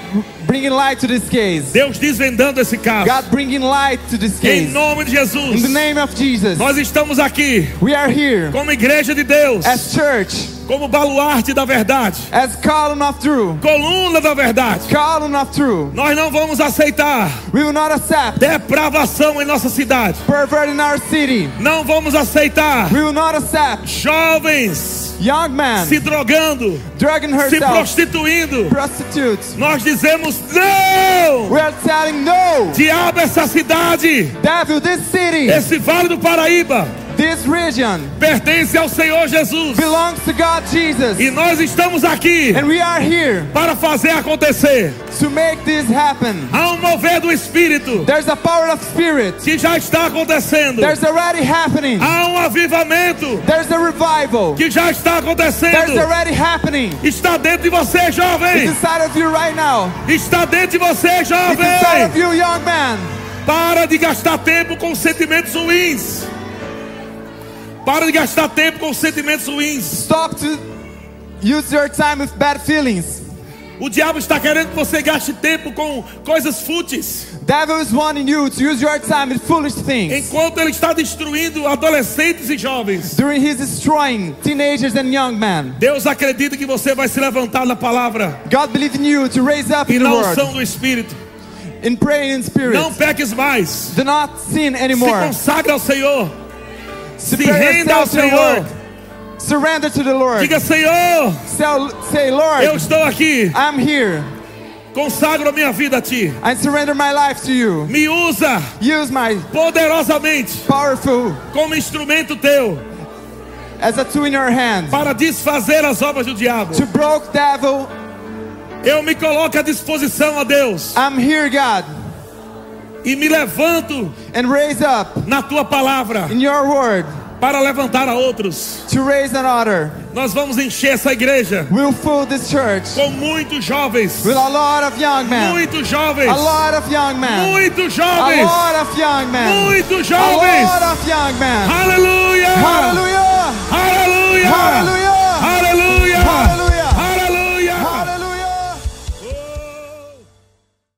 [SPEAKER 2] bringing light to this case.
[SPEAKER 1] Deus desvendando esse caso.
[SPEAKER 2] God bringing light to this
[SPEAKER 1] Em
[SPEAKER 2] case.
[SPEAKER 1] nome de Jesus.
[SPEAKER 2] In the name of Jesus,
[SPEAKER 1] Nós estamos aqui
[SPEAKER 2] we are here
[SPEAKER 1] como igreja de Deus,
[SPEAKER 2] as church,
[SPEAKER 1] como baluarte da verdade,
[SPEAKER 2] as column of truth,
[SPEAKER 1] coluna da verdade.
[SPEAKER 2] column of truth.
[SPEAKER 1] Nós não vamos aceitar
[SPEAKER 2] We will not accept
[SPEAKER 1] depravação em nossa cidade.
[SPEAKER 2] pervert in our city.
[SPEAKER 1] Não vamos aceitar
[SPEAKER 2] We will not accept
[SPEAKER 1] jovens
[SPEAKER 2] young
[SPEAKER 1] se
[SPEAKER 2] man
[SPEAKER 1] drogando,
[SPEAKER 2] dragging
[SPEAKER 1] se
[SPEAKER 2] herself,
[SPEAKER 1] prostituindo.
[SPEAKER 2] prostitutes.
[SPEAKER 1] Nós dizemos não!
[SPEAKER 2] We are telling no,
[SPEAKER 1] Diabo, essa cidade,
[SPEAKER 2] devil, this city,
[SPEAKER 1] esse vale do Paraíba,
[SPEAKER 2] this region.
[SPEAKER 1] pertence ao Senhor Jesus.
[SPEAKER 2] belongs to God Jesus.
[SPEAKER 1] E nós estamos aqui
[SPEAKER 2] And we are here
[SPEAKER 1] para fazer acontecer.
[SPEAKER 2] to make this happen.
[SPEAKER 1] Há um mover do Espírito
[SPEAKER 2] There's a power of spirit.
[SPEAKER 1] que já está acontecendo.
[SPEAKER 2] There's already happening.
[SPEAKER 1] Há um avivamento
[SPEAKER 2] There's a revival.
[SPEAKER 1] que já está
[SPEAKER 2] There's
[SPEAKER 1] acontecendo.
[SPEAKER 2] already happening.
[SPEAKER 1] Está dentro de você,
[SPEAKER 2] It's
[SPEAKER 1] jovem.
[SPEAKER 2] inside of you right now.
[SPEAKER 1] Está dentro de você,
[SPEAKER 2] It's inside of
[SPEAKER 1] jovem.
[SPEAKER 2] you, young man.
[SPEAKER 1] Para de gastar tempo com sentimentos ruins. Para de gastar tempo com sentimentos ruins.
[SPEAKER 2] Stop to use your time with bad feelings.
[SPEAKER 1] O diabo está querendo que você gaste tempo com coisas fúteis,
[SPEAKER 2] Devil is wanting you to use your time in foolish things.
[SPEAKER 1] enquanto ele está destruindo adolescentes e jovens.
[SPEAKER 2] During his destroying teenagers and young men.
[SPEAKER 1] Deus acredita que você vai se levantar na palavra
[SPEAKER 2] God believes in you to raise up
[SPEAKER 1] e
[SPEAKER 2] in the
[SPEAKER 1] na
[SPEAKER 2] word,
[SPEAKER 1] unção do Espírito.
[SPEAKER 2] in praying in spirit.
[SPEAKER 1] Não peques mais.
[SPEAKER 2] Do not sin
[SPEAKER 1] Se
[SPEAKER 2] anymore.
[SPEAKER 1] consagra ao Senhor. Se
[SPEAKER 2] Prepare
[SPEAKER 1] renda ao
[SPEAKER 2] yourself to the
[SPEAKER 1] Senhor.
[SPEAKER 2] Lord. Surrender to the Lord.
[SPEAKER 1] Diga, Senhor,
[SPEAKER 2] Say, say,
[SPEAKER 1] eu
[SPEAKER 2] Lord,
[SPEAKER 1] estou aqui.
[SPEAKER 2] I'm here.
[SPEAKER 1] Consagro a minha vida a Ti.
[SPEAKER 2] I surrender my life to you.
[SPEAKER 1] Me usa
[SPEAKER 2] Use my
[SPEAKER 1] poderosamente
[SPEAKER 2] powerful
[SPEAKER 1] como instrumento Teu
[SPEAKER 2] as a tool in your hand
[SPEAKER 1] para desfazer as obras do diabo.
[SPEAKER 2] to broke devil.
[SPEAKER 1] Eu me coloco à disposição a Deus
[SPEAKER 2] I'm here, God,
[SPEAKER 1] e me levanto
[SPEAKER 2] and raise up
[SPEAKER 1] na Tua palavra
[SPEAKER 2] in your word
[SPEAKER 1] para levantar a outros.
[SPEAKER 2] to raise another.
[SPEAKER 1] Nós vamos encher essa igreja
[SPEAKER 2] We'll fill this church
[SPEAKER 1] com muitos jovens.
[SPEAKER 2] with a lot of young men,
[SPEAKER 1] Muitos jovens.
[SPEAKER 2] a lot of young men,
[SPEAKER 1] Muitos
[SPEAKER 2] a
[SPEAKER 1] jovens.
[SPEAKER 2] lot of young men,
[SPEAKER 1] Muitos
[SPEAKER 2] a
[SPEAKER 1] jovens.
[SPEAKER 2] lot of young men.
[SPEAKER 1] Aleluia!
[SPEAKER 2] Hallelujah!
[SPEAKER 1] Aleluia!
[SPEAKER 2] Hallelujah!